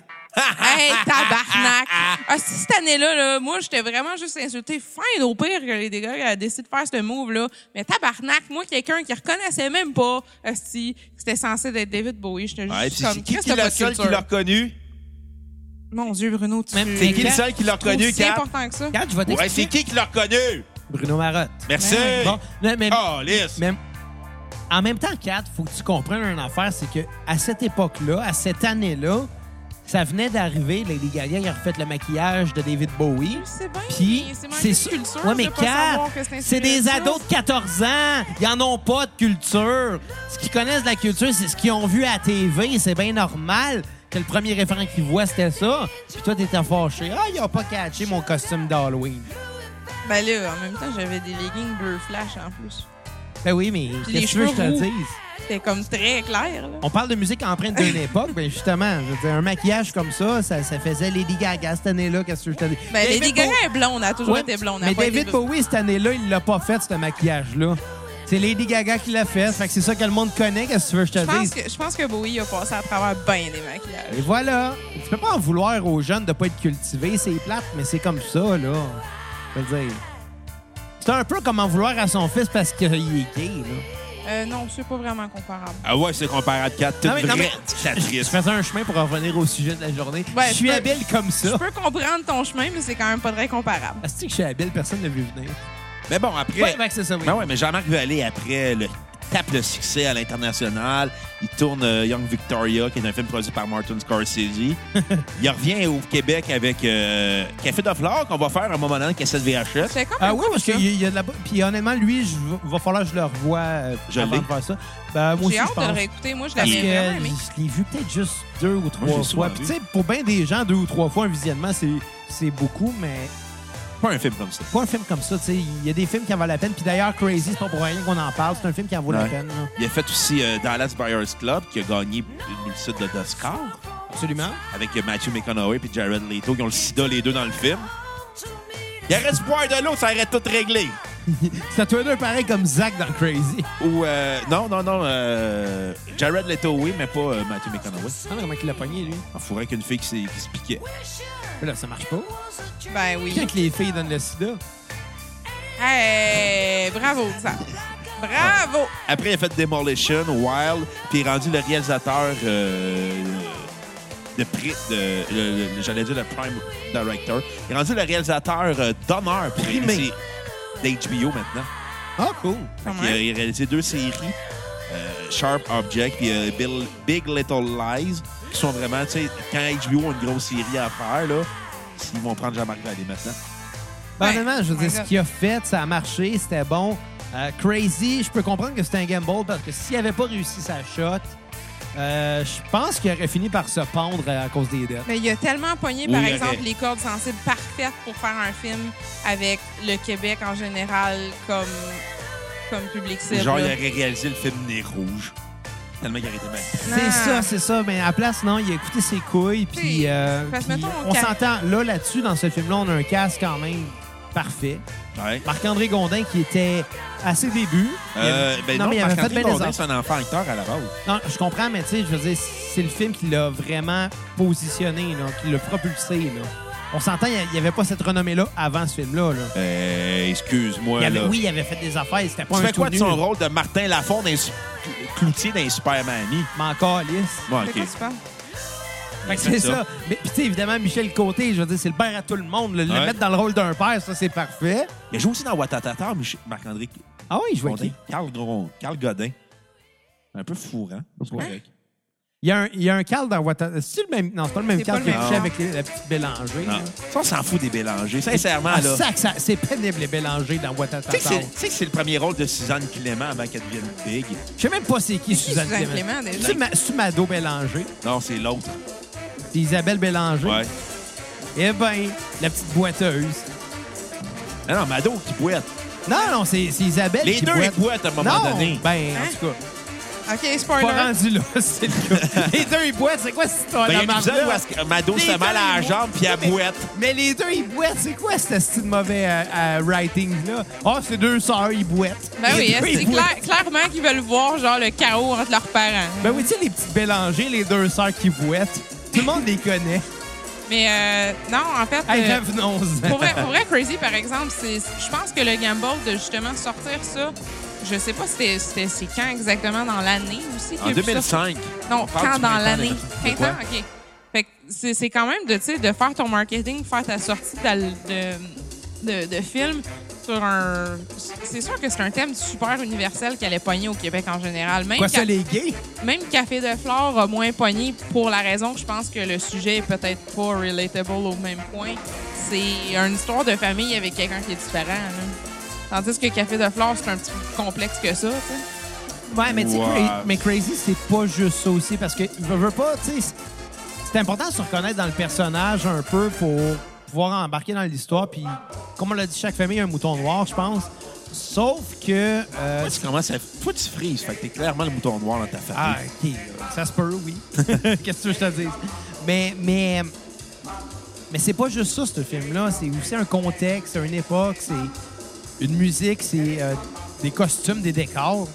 S4: Hey, tabarnak! Ah, si cette année-là, là, moi, j'étais vraiment juste insultée. Fin au pire que les dégâts elle décidé de faire ce move-là. Mais tabarnak, moi, quelqu'un qui reconnaissait même pas, si c'était censé être David Bowie, j'étais
S2: Ouais, puis
S4: juste
S2: c'est
S4: comme,
S2: qui,
S4: Christ,
S2: qui
S4: t'as
S2: est
S4: pas
S2: le
S4: de
S2: seul qui
S4: culture.
S2: l'a reconnu?
S4: Mon Dieu, Bruno, tu
S3: Même-
S2: C'est qui le
S3: Kat-
S2: seul qui l'a
S4: trouves
S2: reconnu,
S4: si
S2: Kat?
S4: important que ça.
S3: Regarde, je vais
S2: Ouais, c'est
S3: t'expliquer.
S2: qui qui l'a reconnu?
S3: Bruno Marotte.
S2: Merci!
S3: Bon, là, mais,
S2: Oh, lisse!
S3: mais- en même temps, Kat, faut que tu comprennes une affaire, c'est que à cette époque-là, à cette année-là, ça venait d'arriver, Lady Gaga il a refait le maquillage de David Bowie.
S4: C'est bien,
S3: Puis,
S4: c'est manquer de
S3: sûr-
S4: culture
S3: Ouais,
S4: de
S3: mais
S4: pas
S3: Kat,
S4: savoir que c'est
S3: c'est des
S4: inspiré de
S3: ados
S4: ça.
S3: de 14 ans. Ils en ont pas de culture. Ce qu'ils connaissent de la culture, c'est ce qu'ils ont vu à la TV. C'est bien normal que le premier référent qu'ils voient, c'était ça. Puis toi, t'étais fâché. Ah, ils ont pas catché mon costume d'Halloween.
S4: Ben là, en même temps, j'avais des leggings bleu flash en plus.
S3: Ben oui, mais qu'est-ce
S4: Puis les
S3: que tu veux que je
S4: cheveux
S3: te
S4: roux.
S3: dise?
S4: C'était comme très clair, là.
S3: On parle de musique empreinte d'une époque, ben justement, je veux dire, un maquillage comme ça, ça, ça faisait Lady Gaga cette année-là, qu'est-ce que je te dis?
S4: Ben,
S3: David
S4: Lady Gaga
S3: Bowie-
S4: est blonde, elle a toujours
S3: Ouais,
S4: été blonde. elle a
S3: Mais
S4: pas été
S3: David
S4: blonde.
S3: Bowie, cette année-là, il l'a pas fait, ce maquillage-là. C'est Lady Gaga qui l'a fait, fait que c'est ça que le monde connaît, qu'est-ce que tu veux que je
S4: Je
S3: te
S4: pense,
S3: dise?
S4: que, je pense que Bowie a passé à travers bien des maquillages.
S3: Et voilà. Tu peux pas en vouloir aux jeunes de pas être cultivés, c'est plate, mais c'est comme ça, là. Je veux dire... C'est un peu comme en vouloir à son fils parce qu'il est gay, là.
S4: Euh, non, c'est pas vraiment comparable.
S2: Ah ouais, c'est comparable à 4. Toute
S3: Non, mais- non,
S2: vraie
S3: mais- Je
S2: dictatrice.
S3: faisais un chemin pour en revenir au sujet de la journée.
S4: Ouais,
S3: je suis
S4: je peux-
S3: habile comme
S4: Je
S3: ça.
S4: peux comprendre ton chemin, mais c'est quand même pas très comparable.
S3: Est-ce que je suis habile? Personne ne l'a vu venir.
S2: Mais bon, après...
S3: Ouais, ouais, c'est ça, oui.
S2: Ben ouais, mais Jean-Marc Vallée, après, le, tape le succès à l'international. Il tourne euh, Young Victoria, qui est un film produit par Martin Scorsese. il revient au Québec avec euh, Café de Flore, qu'on va faire à un moment donné, en cassette VHS.
S4: C'est comme
S3: Ah oui,
S4: cool,
S3: parce
S4: ça.
S3: qu'il y a- il y a de la... bo- Puis honnêtement, lui, je va- va falloir que je le revoie euh,
S2: Je
S3: avant
S2: l'ai.
S3: de faire ça. Ben, moi aussi,
S4: J'ai
S3: je
S4: hâte de
S3: pense.
S4: le réécouter. Moi, je
S3: Parce
S4: l'avais
S3: que
S4: vraiment aimé.
S3: je l'ai vu peut-être juste deux ou trois
S2: je l'ai souvent
S3: fois. Puis tu sais, pour bien des gens, deux ou trois fois, un visionnement, c'est- c'est beaucoup, mais
S2: Pas un film comme ça.
S3: pas un film comme ça. tu sais. Il y a des films qui en valent la peine. Puis d'ailleurs, Crazy, c'est pas pour rien qu'on en parle. C'est un film qui en vaut la
S2: Ouais.
S3: peine. là.
S2: Il a fait aussi euh, Dallas Buyers Club, qui a gagné une multitude de- d'Oscars,
S3: Absolument.
S2: avec euh, Matthew McConaughey et Jared Leto, qui ont le sida les deux dans le film. Il aurait dû boire de l'eau, ça aurait tout réglé.
S3: C'est à toi deux pareil comme Zach dans Crazy.
S2: Ou, euh, non, non, non, euh, Jared Leto, oui, mais pas euh, Matthew McConaughey.
S3: Ah, mais comment il l'a pogné, lui?
S2: En fourrait qu'une fille qui, s'est- qui se piquait.
S3: Là, ça marche pas.
S4: Ben
S3: Quand
S4: oui.
S3: que les filles donnent le sida.
S4: Hey, bravo, ça. Bravo.
S2: Après, il a fait Demolition, Wild, puis il est rendu le réalisateur euh, de, pri- de- le- le- j'allais dire le prime director. Il est rendu le réalisateur euh, d'honneur pour
S3: Primé.
S2: d'HBO maintenant.
S3: Ah, cool.
S4: Quand
S2: Il a,
S4: même.
S2: il a réalisé deux séries, euh, Sharp Object et euh, Big Little Lies, qui sont vraiment, tu sais, quand HBO a une grosse série à faire, là, ils vont prendre Jean-Marc Vallée maintenant.
S3: Ben,
S4: Ouais.
S3: honnêtement, je veux
S4: My
S3: dire, ce
S4: God.
S3: qu'il a fait, ça a marché, c'était bon. Euh, crazy, je peux comprendre que c'était un gamble parce que s'il n'avait pas réussi sa shot, euh, je pense qu'il aurait fini par se pendre à cause des dettes.
S4: Mais il a tellement pogné,
S2: Oui,
S4: par
S2: il y
S4: exemple,
S2: aurait.
S4: les cordes sensibles parfaites pour faire un film avec le Québec en général comme, comme public cible.
S2: Genre, il
S4: là.
S2: aurait réalisé le film Nez Rouge. Tellement qu'il aurait été mal.
S4: Non.
S3: C'est ça, c'est ça. Mais à la place, non, il a écouté ses couilles. Puis,
S4: T'sais,
S3: euh,
S4: parce que
S3: puis
S4: mettons,
S3: on
S4: quand-
S3: s'entend là, là-dessus, dans ce film-là, on a un casque quand même parfait.
S2: Ouais.
S3: Marc-André Gondin qui était à ses débuts. Il
S2: Euh,
S3: avait-
S2: ben
S3: non,
S2: non,
S3: mais il
S2: parce
S3: avait fait
S2: qu'André
S3: bien des
S2: Gondin,
S3: affaires.
S2: c'est un enfant acteur à la base.
S3: Non, je comprends, mais tu sais, je veux dire, c'est le film qui l'a vraiment positionné, là, qui l'a propulsé. Là. On s'entend, il n'y avait pas cette renommée-là avant ce film-là. Là.
S2: Euh, excuse-moi,
S3: Il avait-
S2: là.
S3: oui, il avait fait des affaires, c'était pas
S2: Tu
S3: un
S2: fais quoi
S3: tout
S2: de
S3: nu,
S2: son
S3: là.
S2: rôle de Martin Lafont dans Cloutier dans Super Mamie?
S3: Mais encore lisse.
S2: Bon,
S4: De
S2: OK. Ben,
S4: quoi tu parles?
S3: Fait que
S2: Il a fait
S3: c'est ça. Mais puis tu sais, évidemment, Michel Côté, je veux dire, c'est le père à tout le monde. là. Le
S2: Ouais.
S3: mettre dans le rôle d'un père, ça, c'est parfait.
S2: Il joue aussi dans Watatata, Mich- Marc-André
S3: Ah oui, je vois
S2: Gondin.
S3: qui.
S2: Carl, Gron- Carl Godin. Un peu hein? fourrant. C'est correct.
S3: Il y a un- il y a un Carl dans Water. C'est le même. Non, c'est pas le même
S4: C'est
S3: Carl
S4: pas
S3: que
S4: le
S3: j'ai
S4: même.
S3: avec les- la petite Bélanger.
S2: Non.
S3: là.
S2: Ah. Ça, on s'en fout des Bélangers. Sincèrement,
S3: Ah,
S2: là.
S3: sac, ça- c'est pénible les Bélanger dans Watatata.
S2: Tu sais que c'est- tu sais que c'est le premier rôle de Suzanne Clément avant qu'elle devienne big.
S3: Je sais même pas c'est qui Suzanne
S4: Suzanne
S3: Clément.
S4: Clément, déjà?
S3: C'est Ma- C'est Mado Bélanger.
S2: Non, c'est l'autre.
S3: C'est Isabelle Bélanger.
S2: Ouais.
S3: Eh ben, la petite boiteuse.
S2: Non, non, Mado qui boite.
S3: Non, non, c'est c'est Isabelle
S2: Les
S3: qui
S2: deux, ils
S3: boite.
S2: boitent à un moment
S3: non,
S2: donné.
S3: ben,
S4: Hein?
S3: en tout cas,
S4: OK,
S3: pas
S4: spoiler.
S3: rendu là, c'est le cas. les deux, ils boitent. C'est quoi cette histoire
S2: Ben, il y a
S3: la
S2: une épisode où est-ce que Mado
S3: Les
S2: se fait mal à la
S3: deux, ils
S2: jambe puis elle
S3: Mais-
S2: boite.
S3: Mais les deux, ils boitent. C'est quoi ce style de mauvais euh, euh, writing-là? Ah, c'est deux sœurs, ils boitent.
S4: Ben oui,
S3: Les deux,
S4: c'est
S3: ils boitent.
S4: clair- clairement qu'ils veulent voir genre le chaos entre leurs parents.
S3: Ben oui, tu sais, les petites Bélanger, les deux sœurs qui boitent. Tout le monde les connaît.
S4: Mais euh, non, en fait,
S3: Hey,
S4: euh,
S3: revenons-en.
S4: pour, vrai, pour vrai, Crazy, par exemple, c'est, je pense que le gamble de justement sortir ça, je sais pas c'était, c'était- c'est quand exactement dans l'année aussi. qu'il
S2: En
S4: a vu ça.
S2: 2005.
S4: Non,
S2: On parle
S4: quand
S2: du
S4: dans
S2: printemps
S4: l'année?
S2: de- de quoi?
S4: Printemps, OK. Fait que c'est c'est quand même de, tu sais, de faire ton marketing, faire ta sortie d'al- de, de, de film sur un... C'est sûr que c'est un thème super universel qui allait pogner au Québec en général. Même,
S3: Quoi, ça,
S4: ca-
S3: les gays?
S4: même Café de Flore a moins pogné pour la raison que je pense que le sujet est peut-être pas relatable au même point. C'est une histoire de famille avec quelqu'un qui est différent. là. Tandis que Café de Flore, c'est un petit peu plus complexe que ça. tu sais.
S3: Ouais, mais tu sais,
S2: Ouais.
S3: Cra- mais Crazy, c'est pas juste ça aussi, parce que je veux pas, tu sais, c'est- c'est important de se reconnaître dans le personnage un peu pour pouvoir embarquer dans l'histoire, puis comme on l'a dit, chaque famille a un mouton noir, je pense. Sauf que... euh,
S2: Toi, tu commences à. Toi, tu frises. Fait que t'es clairement le mouton noir dans ta
S3: ah,
S2: famille.
S3: OK, là, ça se peut, oui. Qu'est-ce que tu veux que je te dise? Mais, mais, mais c'est pas juste ça, ce film-là. C'est aussi un contexte, une époque, c'est une musique, c'est euh, des costumes, des décors.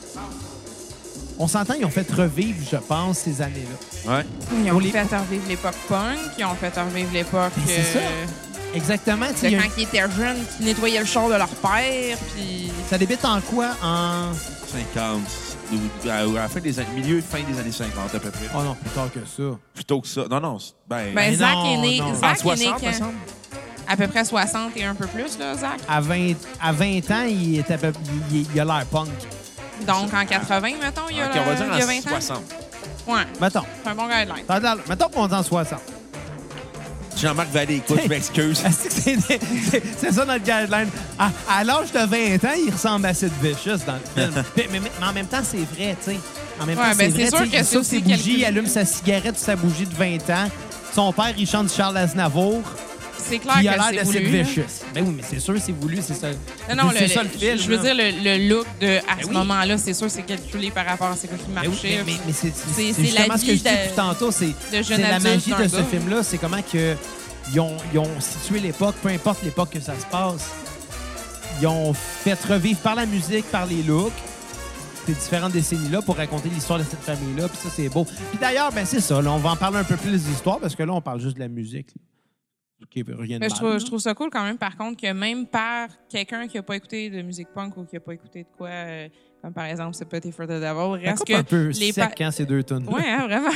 S3: On s'entend, ils ont fait revivre, je pense, ces années-là.
S4: Ah.
S2: Ouais.
S4: Ils ont
S3: Pour les-
S4: fait revivre l'époque punk, ils ont fait revivre l'époque.
S3: Ben, c'est ça.
S4: euh,
S3: Exactement. tu sais,
S4: de
S3: il y a-
S4: quand ils étaient jeunes, qui nettoyaient le char de leur père, puis.
S3: Ça débute en quoi? En...
S2: 50. ou- À la fin des années. Milieu, fin des années 50, à peu près.
S3: Oh non, plus tard que ça.
S2: Plutôt que ça. Non, non. c'est- Ben.
S4: Ben, Zach
S3: non,
S4: est né.
S3: non.
S2: en
S4: Zach est né
S2: 60,
S4: quand-
S2: me semble.
S4: à peu près 60 et un peu plus, là, Zach.
S3: À 20, à 20 ans, il, est à peu- il, il- il a l'air punk.
S4: Donc en 80, mettons, il y a,
S2: Ok, on va dire
S4: il
S2: en
S4: y a 20 ans.
S2: 60.
S4: Ouais,
S3: Mettons.
S4: c'est un bon guideline.
S3: t'as de la- Mettons qu'on est en 60.
S2: Jean-Marc Vallée, écoute, je m'excuse.
S3: Est-ce que Ah, C'est c'est- c'est ça notre guideline. À, à l'âge de 20 ans, il ressemble à Sid Vicious dans le film. mais, mais- mais en même temps, c'est vrai, tu sais. En même
S4: Ouais,
S3: temps, c'est
S4: ben, c'est
S3: vrai.
S4: sûr
S3: tu sais, il
S4: que c'est
S3: souffle
S4: aussi
S3: ses bougies,
S4: calculé.
S3: il allume sa cigarette sur sa bougie de 20 ans. Son père, il chante du Charles Aznavour.
S4: C'est clair
S3: Puis il a
S4: que
S3: l'air
S4: c'est
S3: de Sid
S4: voulu. là.
S3: Vicious. Ben oui, mais c'est sûr, c'est voulu. C'est ça,
S4: Non, non,
S3: c'est
S4: le,
S3: ça
S4: le-
S3: le film.
S4: je veux
S3: là.
S4: dire, le, le look de
S3: Ben
S4: à ce
S3: oui.
S4: moment-là, c'est sûr, c'est calculé par rapport à ce qui
S3: Mais, oui,
S4: marchait.
S3: mais- mais- mais c'est
S4: c'est
S3: c'est
S4: la
S3: justement ce que
S4: vie
S3: je dis
S4: de-
S3: depuis tantôt. C'est
S4: de jeune
S3: c'est la
S4: adulte
S3: magie
S4: d'un
S3: de ce
S4: gars.
S3: film-là. C'est comment que ils ont, ils ont situé l'époque, peu importe l'époque que ça se passe. Ils ont fait revivre par la musique, par les looks, ces différentes décennies-là pour raconter l'histoire de cette famille-là. Puis ça, c'est beau. Puis d'ailleurs, ben c'est ça. là, on va en parler un peu plus d'histoire parce que là, on parle juste de la musique. là. Ok, rien de
S4: Mais Ben, je
S3: mal,
S4: trouve,
S3: là.
S4: je trouve ça cool quand même, par contre, que même par quelqu'un qui n'a pas écouté de musique punk ou qui n'a pas écouté de quoi, euh, Comme par exemple, c'est Petit Fruit de Devil.
S3: Ça
S4: Reste
S3: coupe
S4: que
S3: un peu
S4: les pa-
S3: sec, hein, ces deux tonnes.
S4: Ouais, hein, vraiment.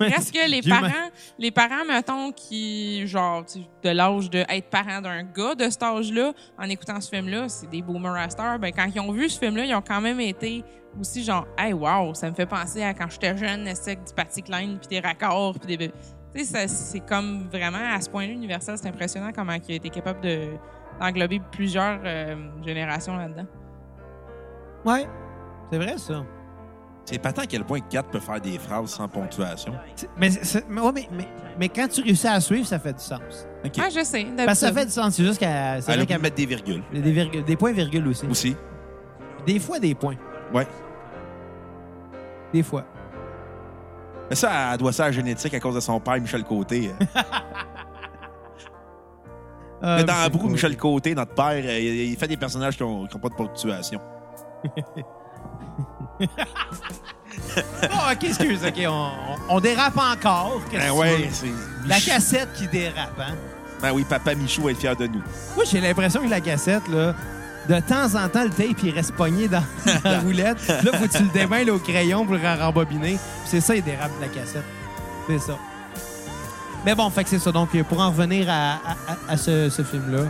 S4: Reste que les parents, les parents, mettons, qui, genre, tu sais, de l'âge de être parent d'un gars de cet âge-là, en écoutant ce film-là, c'est des boomers à cette heure, ben, quand ils ont vu ce film-là, ils ont quand même été aussi genre, hey, wow, ça me fait penser à quand j'étais jeune, c'est du Patty Klein, puis des raccords, puis des. bébés. Tu sais, ça- c'est comme vraiment, à ce point-là, Universal, c'est impressionnant comment il a été capable de d'englober plusieurs euh, générations là-dedans.
S3: Ouais. C'est vrai, ça.
S2: C'est patent à quel point 4 peut faire des phrases sans ponctuation.
S3: C'est- Mais, c'est- c'est- mais, ouais, mais, mais, mais quand tu réussis à suivre, ça fait du sens.
S2: OK.
S4: Ah, je sais.
S3: Parce que ça
S4: d'habitude.
S3: fait du sens. C'est juste qu'à. c'est
S2: Elle
S3: vrai
S2: a qu'à
S3: qu'à-
S2: mettre des virgules.
S3: des, virgules- des points virgules aussi.
S2: Aussi.
S3: Des fois, des points.
S2: Ouais.
S3: Des fois.
S2: Mais ça, elle doit ça à la génétique à cause de son père, Michel Côté.
S4: Ah,
S3: Euh,
S2: Mais dans
S3: c'est
S2: beaucoup
S3: cool.
S2: de Michel Côté, notre père, euh, il il fait des personnages qui n'ont pas de ponctuation.
S3: Oh, OK, excuse. OK, on, on- on dérape encore. qu'est-ce
S2: Ben
S3: que tu
S2: ouais,
S3: veux?
S2: c'est.
S3: La cassette qui dérape, hein?
S2: Ben oui, papa Michou va être fier de nous.
S3: Moi, j'ai l'impression que la cassette, là, de temps en temps, le tape, il reste pogné dans, dans la roulette. Là, faut que tu le démêles au crayon pour le rembobiner. Puis C'est ça, il dérape de la cassette. C'est ça. Mais bon, fait que c'est ça. Donc, euh, pour en revenir à, à- à- à ce, ce film-là,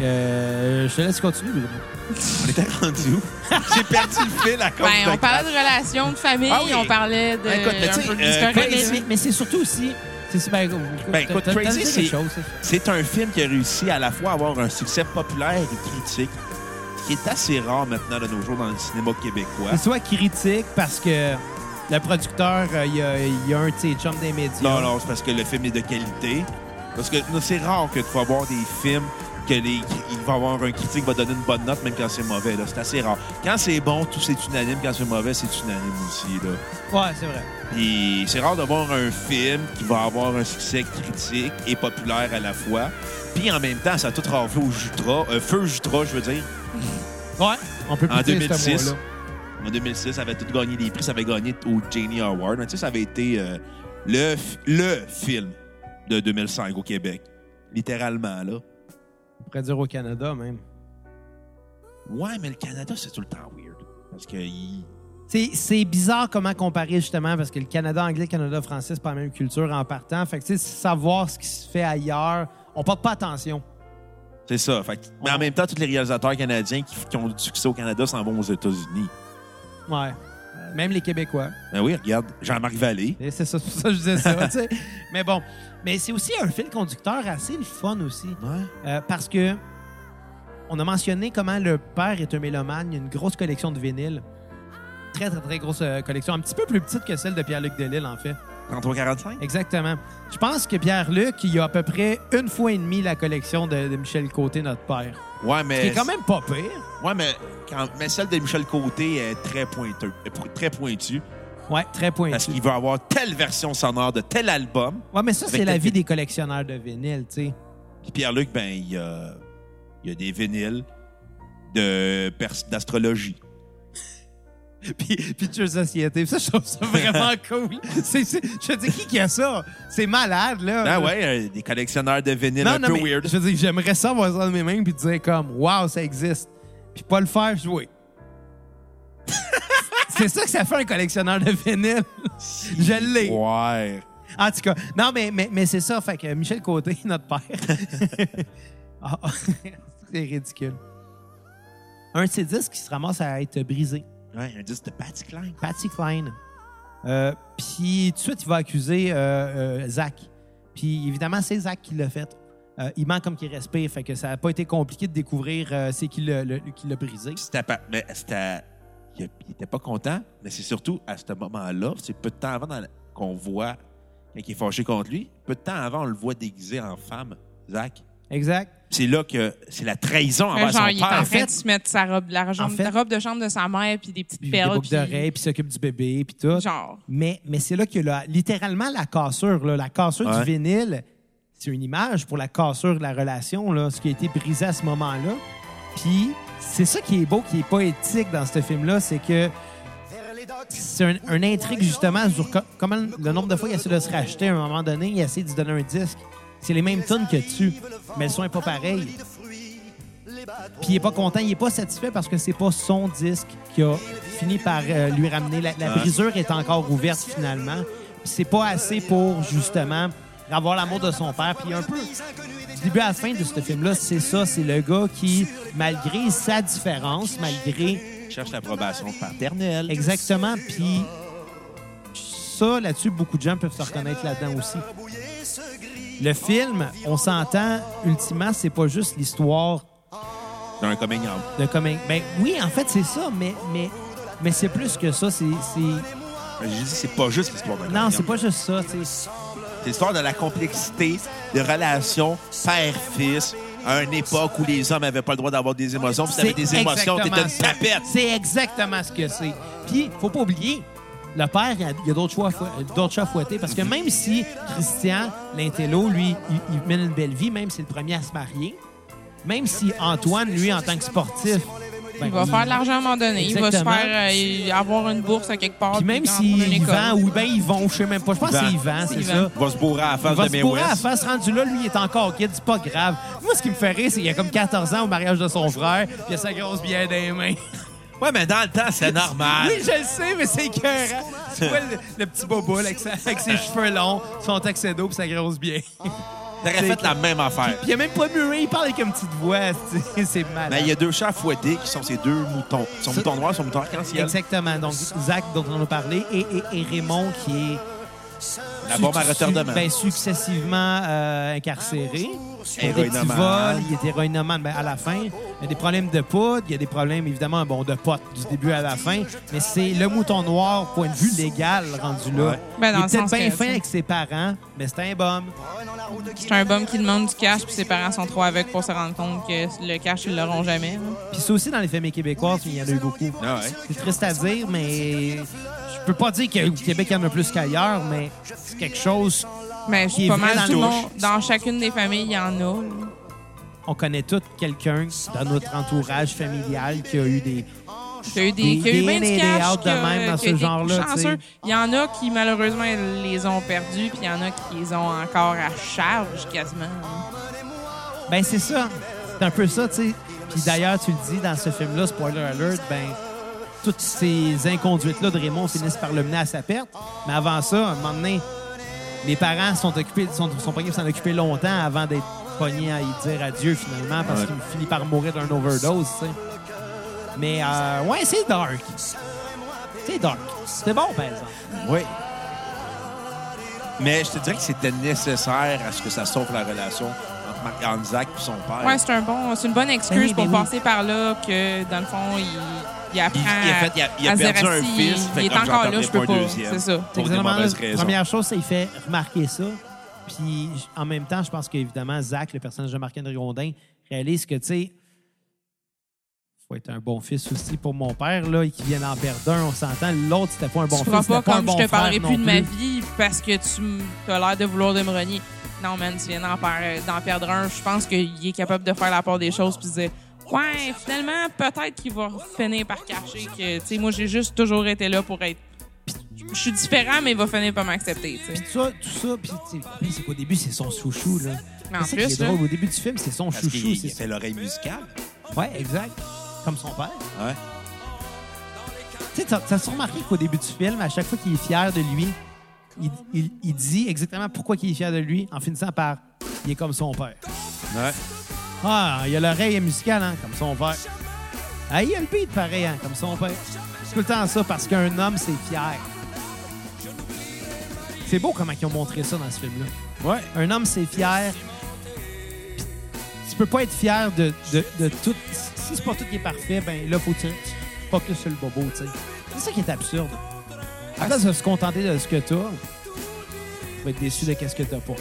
S3: euh, je te laisse continuer, Bruno.
S2: On était rendu où? J'ai perdu le fil à cause
S4: Ben,
S2: de
S4: on parlait de relations, de famille,
S2: Ah oui.
S4: on parlait de.
S2: Ben, écoute, mais
S4: un
S2: tu sais,
S4: peu de
S2: euh,
S4: l'historique
S2: Crazy-
S4: des-
S3: Mais, mais c'est surtout aussi... C'est super...
S2: Ben, écoute,
S3: t'as- t'as- t'as
S2: Crazy,
S3: dit quelque
S2: c'est-
S3: chose, c'est ça.
S2: C'est un film qui a réussi à la fois à avoir un succès populaire et critique, ce qui est assez rare maintenant de nos jours dans le cinéma québécois.
S3: C'est soit critique parce que le producteur, euh, il y a, il y a un, tu sais, chum des médias.
S2: Non, non, c'est parce que le film est de qualité. Parce que non, c'est rare que tu vas voir des films que les, il va avoir un critique qui va donner une bonne note même quand c'est mauvais. là. C'est assez rare. Quand c'est bon, tout c'est unanime. Quand c'est mauvais, c'est unanime aussi. Là.
S3: Ouais, c'est vrai.
S2: Et c'est rare de voir un film qui va avoir un succès critique et populaire à la fois. Puis en même temps, ça a tout raflé au Jutra, euh, feu Jutra, je veux dire.
S3: Ouais. On peut plus
S2: En
S3: dire
S2: 2006.
S3: ce mot-là.
S2: En 2006, ça avait tout gagné des prix. Ça avait gagné au Genie Award. Mais tu sais, ça avait été euh, le, f- le film de 2005 au Québec. Littéralement, là.
S3: On pourrait dire au Canada, même.
S2: Ouais, mais le Canada, c'est tout le temps weird. Parce que. il-
S3: C'est c'est bizarre comment comparer, justement, parce que le Canada anglais, le Canada français, c'est pas la même culture en partant. Fait que, tu sais, savoir ce qui se fait ailleurs, on porte pas attention.
S2: C'est ça. Fait que- Mais en même temps, tous les réalisateurs canadiens qui, qui ont du succès au Canada s'en vont aux États-Unis.
S3: Ouais. Euh, Même les Québécois.
S2: Ben oui, regarde, Jean-Marc Vallée.
S3: Et C'est ça, c'est pour ça que je disais ça, tu sais. Mais bon. Mais c'est aussi un fil conducteur assez le fun aussi.
S2: Ouais.
S3: Euh, parce que on a mentionné comment le père est un mélomane, il a une grosse collection de vinyles. Très, très, très grosse euh, collection. Un petit peu plus petite que celle de Pierre-Luc Delisle, en fait.
S2: 33-45?
S3: Exactement. Je pense que Pierre-Luc, il a à peu près une fois et demie la collection de, de Michel Côté, notre père.
S2: Ouais, mais.
S3: Ce qui est quand même pas pire.
S2: Ouais, mais, quand- mais celle de Michel Côté est très pointeux, est po- très pointue,
S3: Ouais, très
S2: parce
S3: pointu.
S2: qu'il veut avoir telle version sonore de tel album.
S3: Ouais, mais ça,
S2: Avec
S3: c'est la
S2: le-
S3: vie des collectionneurs de vinyles, tu sais.
S2: Puis Pierre-Luc, ben, il y a, il y a des vinyles de pers- d'astrologie.
S3: Puis, puis de jeux de société. Ça, je trouve ça vraiment cool. C'est- c'est- je te dis, qui qui a ça? C'est malade, là.
S2: Ah ouais, euh, des collectionneurs de vinyles un peu
S3: mais
S2: weird.
S3: Je veux dire, j'aimerais ça avoir ça dans mes mains puis dire comme Wow, ça existe. Puis pas le faire jouer. C'est ça que ça fait un collectionneur de vinyle. je l'ai.
S2: Ouais.
S3: En tout cas, non, mais, mais, mais c'est ça. Fait que Michel Côté, notre père. Ah, c'est ridicule. Un de ses disques qui se ramasse à être brisé.
S2: Ouais, un disque de Patty Klein.
S3: Patsy Klein. Euh, puis tout de suite, il va accuser euh, euh, Zach. Puis évidemment, c'est Zach qui l'a fait. Euh, il ment comme qu'il respire, fait que ça n'a pas été compliqué de découvrir euh, c'est qui l'a le- qui l'a brisé.
S2: Puis c'était pas- mais c'était- il il était pas content, mais c'est surtout à ce moment-là, c'est peu de temps avant dans la- qu'on voit qu'il est fâché contre lui. Peu de temps avant, on le voit déguisé en femme, Zach.
S3: Exact.
S2: C'est là que c'est la trahison
S4: Ouais,
S2: envers
S4: Euh, genre,
S2: son
S4: il est
S2: père.
S4: en train de se mettre sa robe, la robe,
S3: En fait-
S4: la robe de chambre de sa mère, puis des petites
S3: Puis des
S4: perles.
S3: boucles d'oreilles, puis il s'occupe du bébé, puis tout.
S4: Genre.
S3: Mais, mais c'est là que là, littéralement la cassure, là, la cassure
S2: Ouais.
S3: du vinyle, c'est une image pour la cassure de la relation, là, ce qui a été brisé à ce moment-là. Puis c'est ça qui est beau, qui est poétique dans ce film-là, c'est que c'est un, un intrigue justement sur co- comment le nombre de fois il essaie de se racheter à un moment donné, il essaie de se donner un disque. C'est les mêmes tunes que tu, mais le son est pas pareil. Puis il est pas content, il est pas satisfait parce que c'est pas son disque qui a fini par euh, lui ramener. La, la
S2: Ouais.
S3: brisure est encore ouverte finalement. Puis C'est pas assez pour justement avoir l'amour de son père. Puis un peu, du début à la fin de ce film-là, c'est ça, c'est le gars qui, malgré sa différence, malgré
S2: Cherche l'approbation paternelle.
S3: Exactement. Puis ça, là-dessus, beaucoup de gens peuvent se reconnaître là-dedans aussi. Le film, on s'entend, ultimement, c'est pas juste l'histoire
S2: D'un coming out.
S3: de coming. Ben oui, en fait, c'est ça, mais mais mais c'est plus que ça. C'est c'est-
S2: Ben, J'ai dit, c'est pas juste l'histoire d'un coming
S3: non,
S2: out.
S3: c'est pas juste ça. C'est
S2: C'est l'histoire de la complexité de relations père-fils à une époque où les hommes n'avaient pas le droit d'avoir des émotions. Puis t'avais des émotions, t'étais
S3: exactement
S2: une
S3: ça.
S2: tapette.
S3: C'est exactement ce que c'est. Puis, faut pas oublier, le père, il y a- il y a d'autres choix, à fou- euh, d'autres choix à fouetter. Parce que même si Christian, l'intello, lui, il, il mène une belle vie, même s'il est le premier à se marier, même si Antoine, lui, en tant que sportif, ben,
S4: Il va faire de l'argent à un moment donné. Il
S3: Exactement.
S4: va se faire euh, y- avoir une bourse à quelque part.
S3: Puis même
S4: quand on a une
S3: s'il
S4: école.
S3: vend, ou bien ils vont, je sais même pas. Je pense que c'est
S2: Yvan.
S3: Yvan,
S4: C'est
S3: c'est
S4: Yvan.
S3: ça.
S2: Va se bourrer à la face
S3: Il va
S2: de
S3: se
S2: Mae
S3: bourrer à la
S2: West.
S3: face rendu là, lui, il est encore kid, c'est pas grave. Moi, ce qui me fait rire, c'est qu'il y a comme 14 ans au mariage de son frère, puis il a sa grosse bière dans les mains.
S2: Ouais, mais dans le temps, c'est normal.
S3: Oui, je le sais, mais c'est écœurant. Tu vois le, le petit bobo avec, sa- avec ses cheveux longs, son accès d'eau pis sa grosse bien. Puis
S2: T'aurais fait la même affaire.
S3: il a même pas muré, il parle avec une petite voix. c'est- C'est mal.
S2: Mais il y a deux chats à fouetter qui sont ces deux moutons. Son mouton noir, son mouton arc-en-ciel.
S3: Exactement. Donc, Zach, dont on a parlé, et, et- et Raymond, qui est
S2: La bombe à
S3: su-
S2: retardement.
S3: ben, successivement euh, incarcéré. Il y a des petits
S2: Héroïnomane.
S3: vols, il est héroïnomane ben, à la fin. Il y a des problèmes de poudre, il y a des problèmes, évidemment, bon, de potes du début à la fin. Mais c'est le mouton noir, point de vue légal, rendu là.
S2: Ouais.
S4: Ben,
S3: il
S4: dans le
S3: est peut-être
S4: sens
S3: bien
S4: que,
S3: fin
S4: tu sais.
S3: avec ses parents, mais c'est un bum.
S4: C'est un bum qui demande du cash, puis ses parents sont trop aveugles pour se rendre compte que le cash, ils l'auront jamais. hein. là.
S3: Puis c'est aussi dans les familles québécoises, il y en a eu beaucoup.
S2: Ah ouais.
S3: C'est triste à dire, mais je peux pas dire qu'au Québec, il y en a plus qu'ailleurs, mais c'est quelque chose
S4: Mais Ben, je
S3: Qui est
S4: suis pas
S3: vrai
S4: mal
S3: dans
S4: tout le
S3: le
S4: monde. Dans chacune des familles, il y en a. là.
S3: on connaît tous quelqu'un dans notre entourage familial qui a eu des...
S4: Il y a eu des,
S3: Des-
S4: qui a
S3: des
S4: eu
S3: in
S4: bien
S3: et
S4: du
S3: des
S4: cash.
S3: out de
S4: qui a-
S3: même dans
S4: qui a
S3: ce
S4: été
S3: genre-là, tu sais.
S4: chanceux. Il y en a qui, malheureusement, les ont perdus, puis il y en a qui les ont encore à charge quasiment. là.
S3: Ben c'est ça. C'est un peu ça, tu sais. Puis d'ailleurs, tu le dis dans ce film-là, spoiler alert, ben toutes ces inconduites-là de Raymond finissent par le mener à sa perte. Mais avant ça, un moment donné, les parents sont occupés, sont, sont pognés pour s'en occuper longtemps avant d'être pognés à y dire adieu finalement parce
S2: Ouais.
S3: qu'il finit par mourir d'un overdose, tu sais. Mais euh, ouais, c'est dark. C'est dark. C'est bon, par exemple.
S4: ben,
S2: Oui. Mais je te dirais que c'était nécessaire à ce que ça sauve la relation entre Marc Anzac et son père.
S4: Ouais, c'est un bon, c'est une bonne excuse
S3: Ben oui,
S4: pour
S3: ben oui.
S4: passer par là que, dans le fond, il, il apprend.
S2: Il- il a fait- il a- il a
S4: à se dire,
S2: perdu un
S4: Ah, si,
S2: fils, fait
S4: Il est
S2: comme j'en
S4: encore là,
S2: perdrai
S4: je
S2: pas un
S4: peux pas.
S2: deuxième.
S4: C'est ça.
S2: pour des
S3: Exactement,
S2: mauvaises
S3: la
S2: raisons.
S3: Première chose, c'est qu'il fait remarquer ça. Puis en même temps, je pense qu'évidemment, Zach, le personnage de Marc-André Rondin, réalise que, tu sais, faut être un bon fils aussi pour mon père, là, et qu'il vienne en perdre un, on s'entend. L'autre, c'était pas un bon
S4: tu
S3: fils.
S4: feras
S3: c'était
S4: pas
S3: pas un
S4: comme
S3: bon
S4: je te parlerai
S3: frère
S4: plus de
S3: non
S4: ma vie parce que tu as l'air de vouloir de me renier. Non, man, tu viens d'en per- d'en perdre un. Je pense qu'il est capable de faire la part des choses puis de dire Ouais, finalement, peut-être qu'il va finir par cacher que, tu sais, moi, j'ai juste toujours été là pour être. Puis Je suis différent, mais il va finir par m'accepter, tu sais.
S3: Puis ça, tout ça, puis tu sais, puis c'est qu'au début, c'est son chouchou, là.
S4: Mais en
S3: C'est ça qui
S4: plus,
S3: est
S4: là-
S3: drôle. Au début du film, c'est son
S2: Parce
S3: chouchou.
S2: qu'il
S3: c'est
S2: il fait l'oreille musicale.
S3: ça. Ouais, exact. Comme son père.
S2: Ouais.
S3: Tu sais, t'as- t'as remarqué qu'au début du film, à chaque fois qu'il est fier de lui, il, il- il dit exactement pourquoi il est fier de lui en finissant par « il est comme son père
S2: Ouais. ».
S3: Ah, il a l'oreille musicale, hein, comme son père. Ah, il a le beat pareil, hein, comme son père. C'est tout le temps ça, parce qu'un homme, c'est fier. C'est beau comment ils ont montré ça dans ce film-là.
S2: Ouais.
S3: Un homme, c'est fier. Puis, Tu peux pas être fier de, de, de tout. Si c'est pas tout qui est parfait, ben là, faut que tu tu focuses sur le bobo, tu sais. C'est ça qui est absurde. À place de se contenter de ce que t'as, tu vas être déçu de qu'est-ce que t'as pas.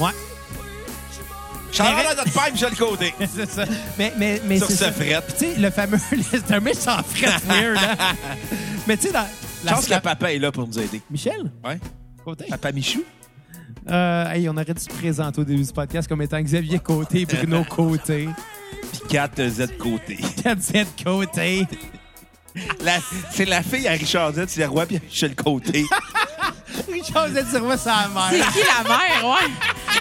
S3: Ouais,
S2: Charles à notre père, Michel Côté.
S3: c'est ça. Mais, mais, mais
S2: Sur
S3: c'est
S2: ce
S3: ça.
S2: fret.
S3: Puis tu sais, le fameux... c'est un méchant fret weird, hein? mais tu sais, dans...
S2: Je pense que le papa est là pour nous aider.
S3: Michel?
S2: Ouais.
S3: Côté?
S2: Papa Michou.
S3: Euh, hey, on aurait dû se présenter au début du podcast comme étant Xavier Côté, Bruno Côté,
S2: Puis 4 Z Côté.
S3: Z Côté.
S2: La- C'est la fille à Richard Z, c'est le roi, puis à Michel Côté.
S3: Richard Z. Servois, sa
S4: C'est
S3: mère.
S4: qui la mère, ouais?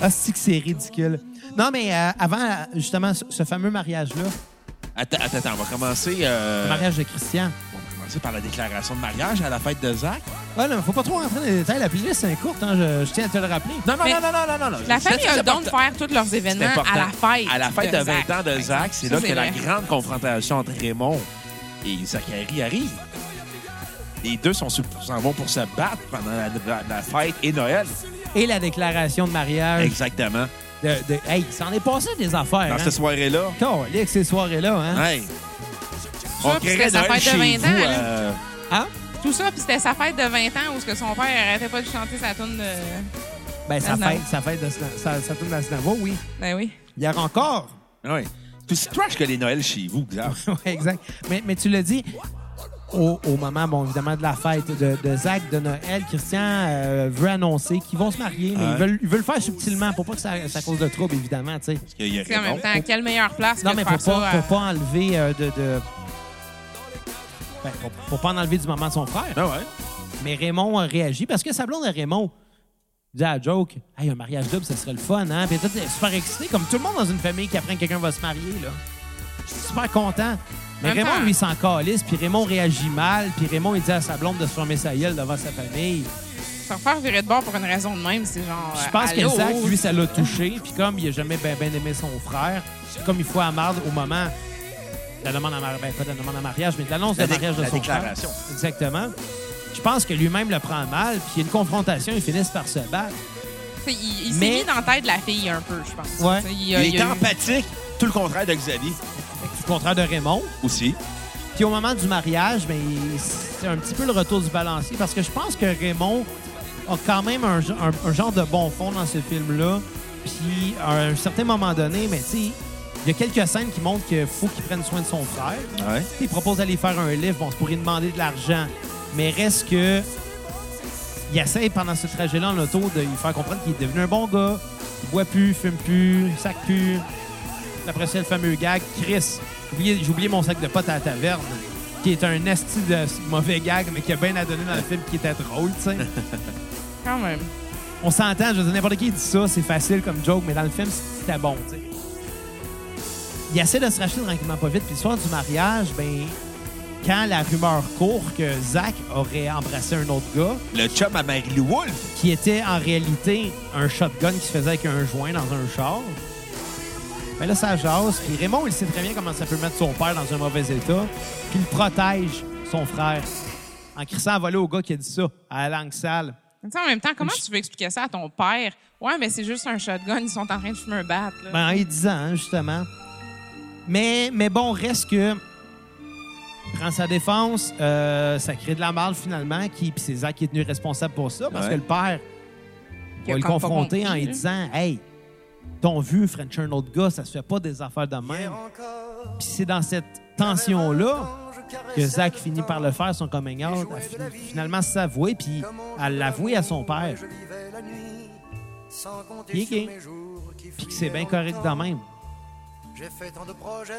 S3: Ah, c'est que c'est ridicule. Non, mais euh, avant, euh, justement, ce, ce fameux mariage-là,
S2: Attends, attends, attends, on va commencer. euh,
S3: le mariage de Christian.
S2: On va commencer par la déclaration de mariage à la fête de Zach.
S3: Ouais, non, faut pas trop rentrer dans les détails. La playlist, c'est courte, hein, je, je tiens à te le rappeler.
S2: Non, non,
S4: Mais
S2: non, non, non, non, non.
S4: La
S2: C'est-
S4: famille
S2: c'est
S4: a le don de
S2: important.
S4: faire tous leurs
S2: C'est
S4: événements à la
S2: important.
S4: fête.
S2: À la fête de, 20
S4: Zach.
S2: ans de Zach, c'est
S4: Ça,
S2: là que la
S4: vrai.
S2: grande confrontation entre Raymond et Zachary arrive. Les deux sont sur- s'en vont pour se battre pendant la, la- la fête et Noël.
S3: Et la déclaration de mariage.
S2: Exactement.
S3: De, de- hey, il s'en est passé des affaires.
S2: Dans
S3: hein?
S2: cette soirée-là,
S3: Calique, ces soirées-là, hein?
S2: hey, on
S4: Ça,
S2: créerait
S4: puisque ça
S2: Noël
S4: fait de
S2: chez
S4: 20 ans,
S2: vous.
S4: là.
S2: euh,
S3: Hein?
S4: Tout ça, puis c'était sa fête de 20 ans où ce que son père arrêtait pas de chanter sa tune de...
S3: Ben, ça
S4: Aznavour.
S3: fait, ça fait de Sna- ça, ça tourne à Snavo, oui.
S4: Ben oui.
S3: Hier encore.
S2: ouais. Ah C'est aussi trash que les Noëls chez vous, Xav.
S3: ouais, exact. Mais, mais tu l'as dit, au, au moment, bon, évidemment, de la fête de, de Zach, de Noël, Christian euh, veut annoncer qu'ils vont se marier, mais
S2: Ouais.
S3: ils, veulent, ils veulent le faire subtilement pour pas que ça, ça cause de troubles, évidemment, tu sais.
S2: Parce qu'il y a
S4: Tu sais, en
S2: Raymond.
S4: même temps, quelle meilleure place
S3: Non,
S4: que
S3: mais
S4: de
S3: pour
S4: faire ça.
S3: pas,
S4: euh,
S3: pour pas enlever euh, de... de- Ben, pour, pour pas en enlever du moment de son frère.
S2: Ah ouais.
S3: Mais Raymond a réagi parce que sa blonde à Raymond disait à la joke Hey, un mariage double, ça serait le fun, hein? Puis tout est super excité, comme tout le monde dans une famille qui apprend que quelqu'un va se marier, là. Je suis super content. Mais
S4: En même
S3: Raymond,
S4: temps-
S3: lui, s'en calisse, puis Raymond réagit mal, puis Raymond, il dit à sa blonde de se fermer sa gueule devant sa famille.
S4: Se refaire virer de bord pour une raison de même, c'est genre.
S3: Puis je
S4: euh,
S3: pense que
S4: allô?
S3: Zach, lui, ça l'a touché, puis comme il a jamais bien aimé son frère, comme il faut à marde au moment de la demande en mariage, ben, pas de la demande en mariage, mais de l'annonce de
S2: La dé-
S3: mariage de
S2: la
S3: son
S2: déclaration.
S3: frère. Exactement. Je pense que lui-même le prend mal, puis il y a une confrontation, ils finissent par se battre.
S4: Tu sais, Il, il s'est
S3: Mais-
S4: mis dans la tête de la fille un peu, je pense.
S3: Ouais.
S4: Tu sais,
S2: Il
S4: a-
S2: est
S4: il a eu-
S2: empathique, tout le contraire de Xavier.
S3: au contraire de Raymond.
S2: Aussi.
S3: Puis au moment du mariage, ben, il- c'est un petit peu le retour du balancier parce que je pense que Raymond a quand même un, ge- un- un genre de bon fond dans ce film-là. Puis à un certain moment donné, mais tu sais, il y a quelques scènes qui montrent qu'il faut qu'il prenne soin de son frère.
S2: Ouais.
S3: Il propose d'aller faire un livre, bon, c'est pour lui demander de l'argent. Mais reste que. Il essaie pendant ce trajet-là en auto de lui faire comprendre qu'il est devenu un bon gars. Il boit plus, fume plus, sac plus. Après ça, le fameux gag, Chris, j'ai oublié- j'ai oublié mon sac de potes à la taverne, qui est un esti de mauvais gag, mais qui a bien à donner dans le film qui était drôle, tu sais.
S4: Quand même.
S3: On s'entend, je veux dire, n'importe qui dit ça, c'est facile comme joke, mais dans le film, c'était bon, tu sais. Il essaie de se racheter tranquillement pas vite, puis le soir du mariage, ben, quand la rumeur court que Zach aurait embrassé un autre gars,
S2: Le chum à Mary-Lou Wolfe.
S3: qui était en réalité un shotgun qui se faisait avec un joint dans un char, ben là, ça jase, puis Raymond, il sait très bien comment ça peut mettre son père dans un mauvais état, puis il protège son frère en crissant à voler au gars qui a dit ça à la langue sale.
S4: Tu sais, en même temps, comment tu veux expliquer ça à ton père? Ouais, mais c'est juste un shotgun, ils sont en train de fumer un bat. là.
S3: Ben, il est 10 ans, hein, justement. Mais, mais bon, reste que. Prend sa défense, euh, ça crée de la marde finalement, qui, puis c'est Zach qui est tenu responsable pour ça, parce
S2: Ouais.
S3: que le père
S4: Qui a
S3: va le
S4: comme pas
S3: confronter
S4: compris, hein.
S3: en lui
S4: là.
S3: disant Hey, ton vu, French, un autre gars, ça se fait pas des affaires de même. Puis c'est dans cette tension-là que Zach finit par le faire, son coming out, à fin- finalement s'avouer, puis à l'avouer à son père,
S5: Il est gay.
S3: puis que c'est bien correct de même.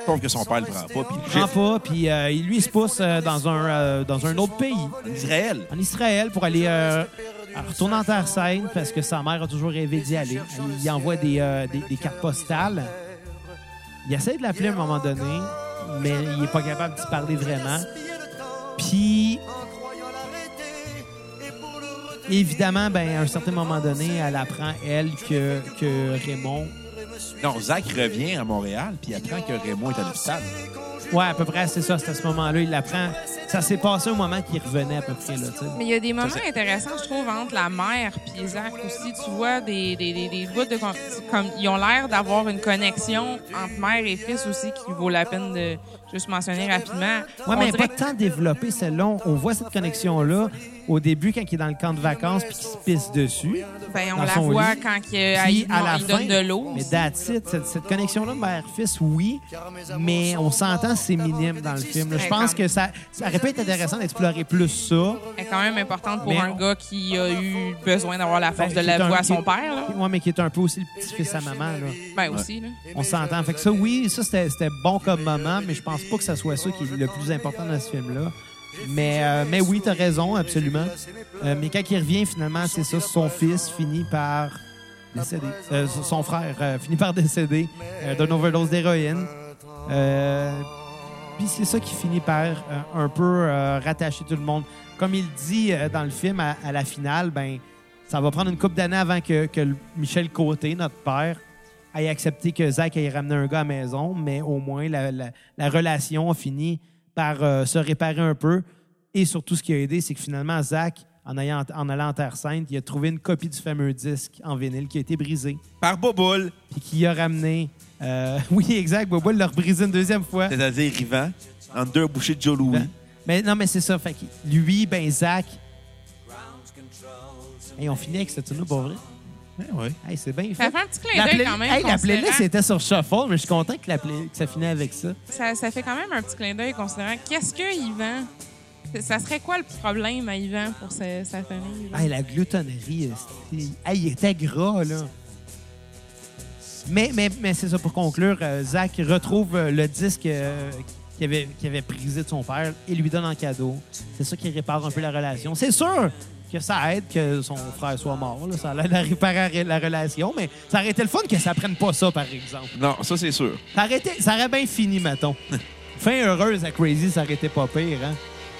S2: Sauf que son père le prend pas, puis
S3: prend pas, puis euh, il- lui, il se pousse euh, dans, un, euh, dans un autre pays,
S2: Israël.
S3: en Israël, pour aller euh, retourner en Terre Sainte, parce que sa mère a toujours rêvé d'y aller. Il y envoie des, euh, des, des cartes postales. Il essaie de l'appeler à un moment donné, mais il n'est pas capable d'y parler vraiment. Puis, évidemment, ben, à un certain moment donné, elle apprend, elle, que, que Raymond...
S2: Non, Zach revient à Montréal, puis il apprend que Raymond est à l'hôpital.
S3: Ouais, à peu près, c'est ça, c'est à ce moment-là, il l'apprend. Ça s'est passé au moment qu'il revenait, à peu près, là, tu sais.
S4: Mais il y a des moments intéressants, je trouve, entre la mère et Zach aussi. Tu vois des, des, des, des bouts de. con- Comme, ils ont l'air d'avoir une connexion entre mère et fils aussi qui vaut la peine de juste mentionner rapidement.
S3: Oui, mais
S4: On
S3: elle n'est
S4: dirait
S3: pas tant développée, celle-là. On on voit cette connexion-là au début, quand il est dans le camp de vacances puis qu'il se pisse dessus.
S4: que, ben, on
S3: dans
S4: la
S3: son
S4: voit
S3: lit.
S4: quand il,
S3: Puis,
S4: Euh, il-
S3: à la
S4: il
S3: fin,
S4: donne de l'eau.
S3: Mais that's it. Cette, cette connexion-là, mère-fils, oui, mais on s'entend, c'est minime dans le film. là. Je
S4: Ouais,
S3: pense
S4: quand
S3: que ça, ça aurait pu être intéressant d'explorer plus ça.
S4: Elle est quand même importante pour
S3: Mais
S4: un
S3: on-
S4: gars qui a eu besoin d'avoir la force
S3: Ben,
S4: de
S3: qui est
S4: la
S3: un-
S4: voix à
S3: qui-
S4: son père. Là.
S3: qui- ouais, mais qui est un peu aussi le petit-fils à maman. Là.
S4: Ben aussi. Là.
S3: On s'entend. Fait que ça, oui, ça, c'était c'était bon comme moment, mais je pense pas que ça soit ça qui est le plus important dans ce film-là. Mais, euh, mais oui, Euh, t'as raison, absolument. Euh, mais quand il revient, finalement, c'est ça, son fils finit par décédé. Euh, son- son frère euh, finit par décéder euh, d'une overdose d'héroïne. Euh, Puis c'est ça qui finit par euh, un peu euh, rattacher tout le monde. Comme il dit euh, dans le film, à, à la finale, ben ça va prendre une couple d'années avant que, que le- Michel Côté, notre père, ait accepté que Zach ait ramené un gars à la maison, mais au moins la, la- la relation a fini par euh, se réparer un peu. Et surtout, ce qui a aidé, c'est que finalement, Zach, en, ayant, en allant en Terre Sainte, il a trouvé une copie du fameux disque en vinyle qui a été brisé,
S2: Par Boboul,
S3: puis qui a ramené. euh, oui, exact, Bobo l'a brisé une deuxième fois.
S2: c'est-à-dire Yvan, en deux bouchées de Joe Louis.
S3: Ben, Mais non, mais c'est ça. Fait que lui, ben Zach. Et on finit avec cette tune pour vrai.
S2: Ben oui.
S3: Hey, c'est bien
S4: Ça
S3: fait.
S4: fait un petit clin
S3: La,
S4: d'œil
S3: play-
S4: quand même.
S3: hey, la
S4: considérant-
S3: playlist était sur Shuffle, mais je suis content que, la play- que ça finit avec ça.
S4: ça, ça fait quand même un petit clin d'œil considérant qu'est-ce que Yvan. Ça serait quoi le problème à Yvan pour sa, sa famille? là?
S3: Hey, la gloutonnerie, esti. hey, il était gras, là. Mais, mais, mais c'est ça, pour conclure, euh, Zach retrouve euh, le disque euh, qu'il avait, qu'il avait brisé de son père et lui donne en cadeau. C'est ça qui répare un peu la relation. C'est sûr que ça aide que son frère soit mort. là. Ça aide à réparer la relation, mais ça aurait été le fun que ça prenne pas ça, par exemple.
S2: Non, ça, c'est sûr.
S3: Ça aurait, été- ça aurait bien fini, mettons. fin heureuse à Crazy, ça aurait été pas pire, hein?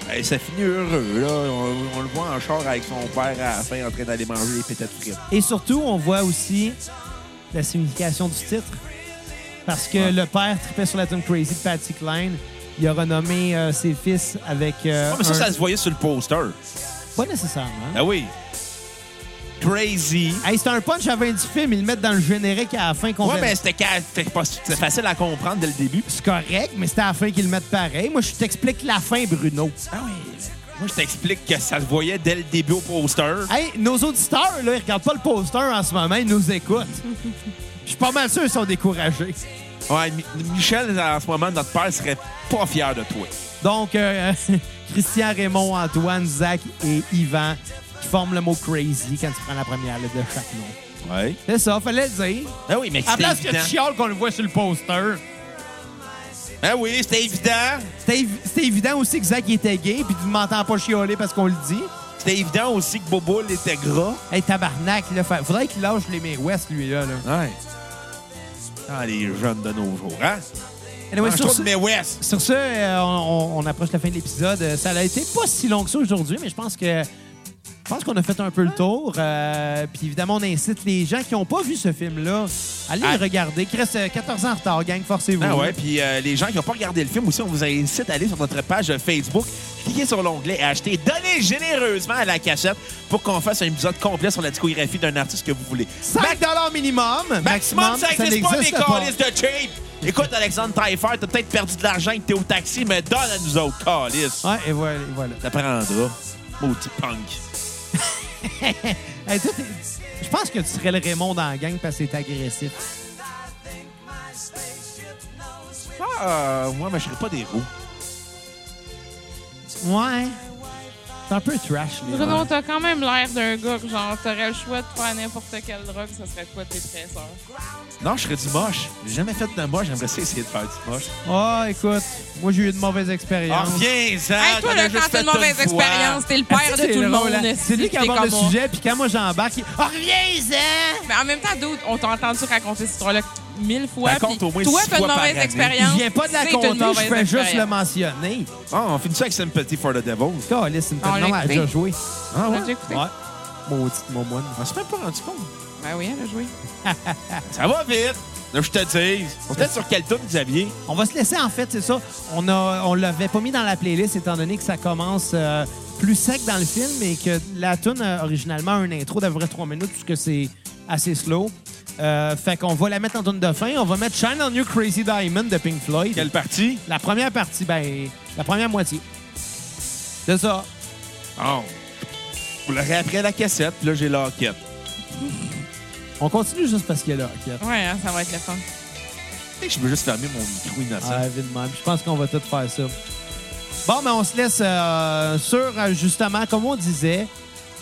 S2: Ben, ça finit heureux, là. On, on le voit en char avec son père à la fin en train d'aller manger les pétates frites.
S3: Et surtout, on voit aussi la signification du titre. Parce que le père tripait sur la tune Crazy de Patty Klein. Il a renommé euh, ses fils avec. euh,
S2: Ah, mais ça,
S3: un-
S2: ça se voyait sur le poster.
S3: Pas nécessairement.
S2: Ah oui. Crazy.
S3: Hey, c'est un punch à 20 du film. Ils le mettent dans le générique à la fin qu'on
S2: Ouais, mais c'était ca- c'était pas- c'était facile à comprendre dès le début.
S3: C'est correct, mais c'était à la fin qu'ils le mettent pareil. Moi, je t'explique la fin, Bruno.
S2: Ah oui. Moi, je t'explique que ça se voyait dès le début au poster.
S3: Hey, nos auditeurs, là, ils regardent pas le poster en ce moment, ils nous écoutent. Je suis pas mal sûr qu'ils sont découragés.
S2: Ouais, Mi- Michel, en ce moment, notre père serait pas fier de toi.
S3: Donc, euh, Christian, Raymond, Antoine, Zach et Yvan qui forment le mot crazy quand tu prends la première lettre de chaque nom.
S2: Ouais.
S3: C'est ça, fallait le dire.
S2: Ah oui, mais
S3: À
S2: c'était
S3: place que
S2: évident.
S3: tu chiales qu'on le voit sur le poster.
S2: Ah oui, c'était évident.
S3: C'était évi- c'était évident aussi que Zach il était gay, puis tu m'entends pas chialer parce qu'on le dit.
S2: C'était évident aussi que Bobo était gras.
S3: Hey, tabarnak, là, fa- faudrait qu'il lâche les mains ouest, lui-là. Là.
S2: Ouais. Ah, les jeunes de nos jours, hein?
S3: Anyway,
S2: Mange
S3: sur,
S2: toi
S3: ce,
S2: de mes West.
S3: sur ce, euh, on, on- on approche la fin de l'épisode. Euh, Ça a été pas si long que ça aujourd'hui, mais je pense que je pense qu'on a fait un peu le tour. Euh, puis évidemment, on incite les gens qui n'ont pas vu ce film-là, allez
S2: Ah.
S3: le regarder. Chris, euh, 14 ans en retard, gang, forcez-vous.
S2: Ah ouais, puis euh, les gens qui n'ont pas regardé le film aussi, on vous incite à aller sur notre page Facebook, cliquez sur l'onglet et acheter Donnez généreusement à la cachette pour qu'on fasse un épisode complet sur la discographie d'un artiste que vous voulez.
S3: 5 minimum.
S2: Maximum, ça n'existe pas des
S3: n'existe pas.
S2: calices de cheap! Écoute, Alexandre Taillefer, t'as peut-être perdu de l'argent que t'es au taxi, mais donne à nous autres, calices!
S3: Ouais, et voilà. et voilà.
S2: Ça prendra. Maudit punk.
S3: Hey, toi, t'es- je pense que tu serais le Raymond dans la gang parce que c'est agressif.
S2: Ah, euh, moi, mais je serais pas des roues.
S3: Ouais. C'est un peu trash, les
S4: Bruno, t'as quand même l'air d'un gars que genre, t'aurais le choix de faire n'importe quelle drogue, ça serait quoi tes tresseurs?
S2: Non, je serais du moche. J'ai jamais fait de moche, j'aimerais ça essayer de faire du moche.
S3: Ah, écoute, moi, j'ai eu de mauvaises
S2: Ah,
S3: expériences.
S2: reviens-en!
S4: Hey, toi,
S2: Ah, t'en
S4: là,
S2: as juste
S4: quand
S2: fait
S4: t'as une mauvaise
S2: une fois.
S4: expérience, t'es le
S3: Ah,
S4: père
S3: c'est
S4: de tout le
S3: drabant,
S4: monde.
S3: là. C'est lui qui
S4: t'es
S3: aborde le
S4: comme moi.
S3: sujet, puis quand moi j'embarque, il... Ah, reviens-en!
S4: Mais en même temps, d'autres, on t'a entendu raconter cette histoire-là mille fois.
S2: Raconte
S4: puis
S2: au moins
S4: toi,
S2: six
S4: t'as une
S2: fois par
S4: mauvaise
S2: année.
S4: expérience.
S3: Il vient pas de la
S4: c'est une
S3: compter, je
S4: mauvaise
S3: fais juste le
S4: expérience.
S3: mentionner.
S2: Ah, on finit ça avec Sympathy for the Devil.
S3: Caliste, c'est une
S4: On
S3: petite-
S4: l'a
S3: non, elle a
S4: écouté.
S3: déjà joué.
S2: Ah
S4: On l'a déjà écouté.
S3: Ouais. Maudite momoine.
S2: On s'est même pas rendu compte.
S4: Ben oui, elle a joué.
S2: Ça va vite. Là, je te dis. On était sur quel tune, Xavier?
S3: On va se laisser, en fait, c'est ça. On a, on l'avait pas mis dans la playlist, étant donné que ça commence euh, plus sec dans le film et que la tune a originalement un intro d'à peu près 3 minutes, puisque c'est assez slow. Euh, fait qu'on va la mettre en tune de fin. On va mettre Shine on You Crazy Diamond de Pink Floyd.
S2: Quelle partie?
S3: La première partie, ben, la première moitié. C'est ça.
S2: Oh. Vous l'aurez après la cassette, puis là, j'ai la quête.
S3: On continue juste parce qu'il y a la hockey.
S4: Ouais, hein, ça va être le fun.
S2: Tu sais que Je peux juste fermer mon micro innocent.
S3: Ah, évidemment. Puis Je pense qu'on va tout faire ça. Bon, mais on se laisse euh, sur, euh, justement, comme on disait,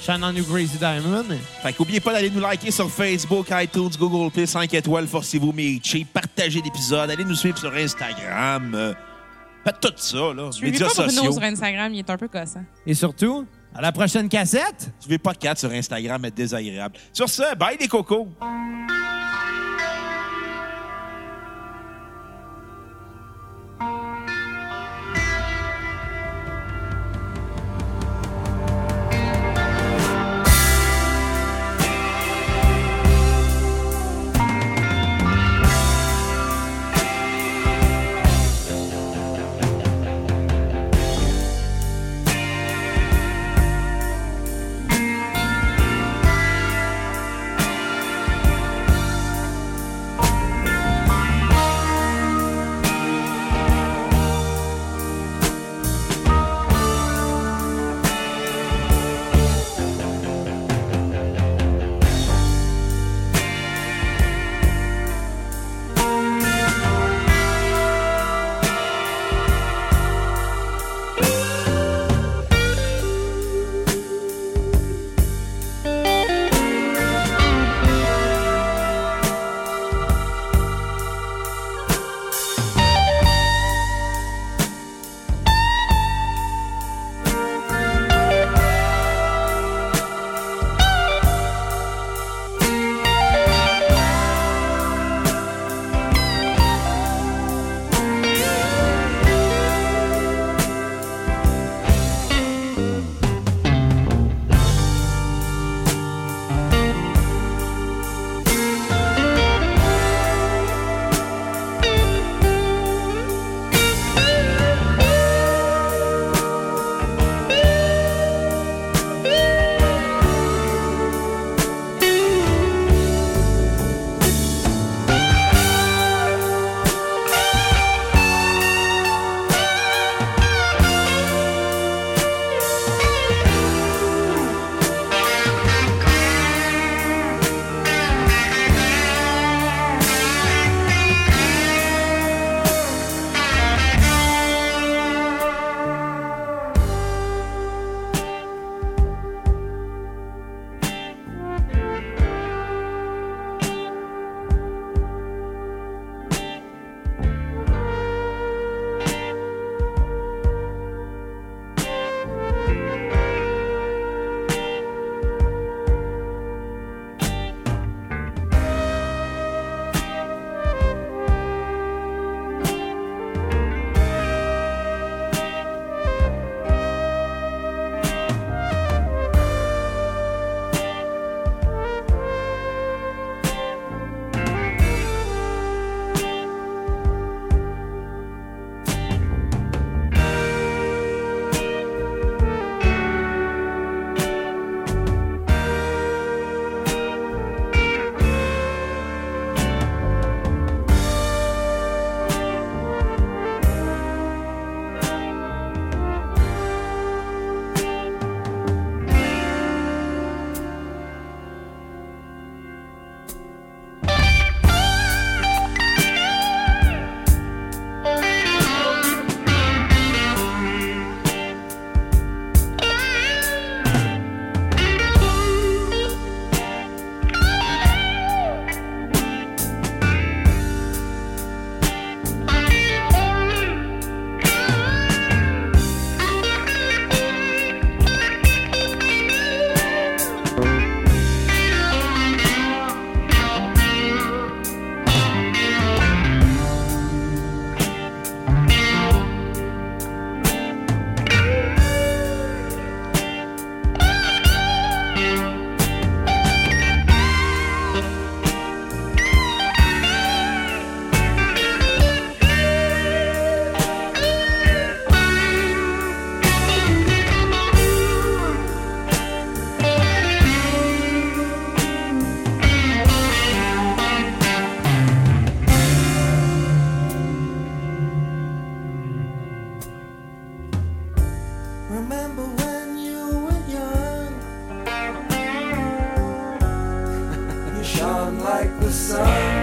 S3: Shine on You Crazy Diamond.
S2: Fait qu'oubliez pas d'aller nous liker sur Facebook, iTunes, Google Play, 5 étoiles, forcez-vous, mes cheap. Partagez l'épisode, allez nous suivre sur Instagram. euh, faites tout ça, là.
S4: Je suis
S2: Médias
S4: pas Bruno
S2: sociaux.
S4: sur Instagram, il est un peu hein. gossant.
S3: Et surtout, À la prochaine cassette!
S2: Suivez pas 4 sur Instagram, être désagréable. Sur ce, bye les cocos!
S5: Remember when you were young? You shone like the sun.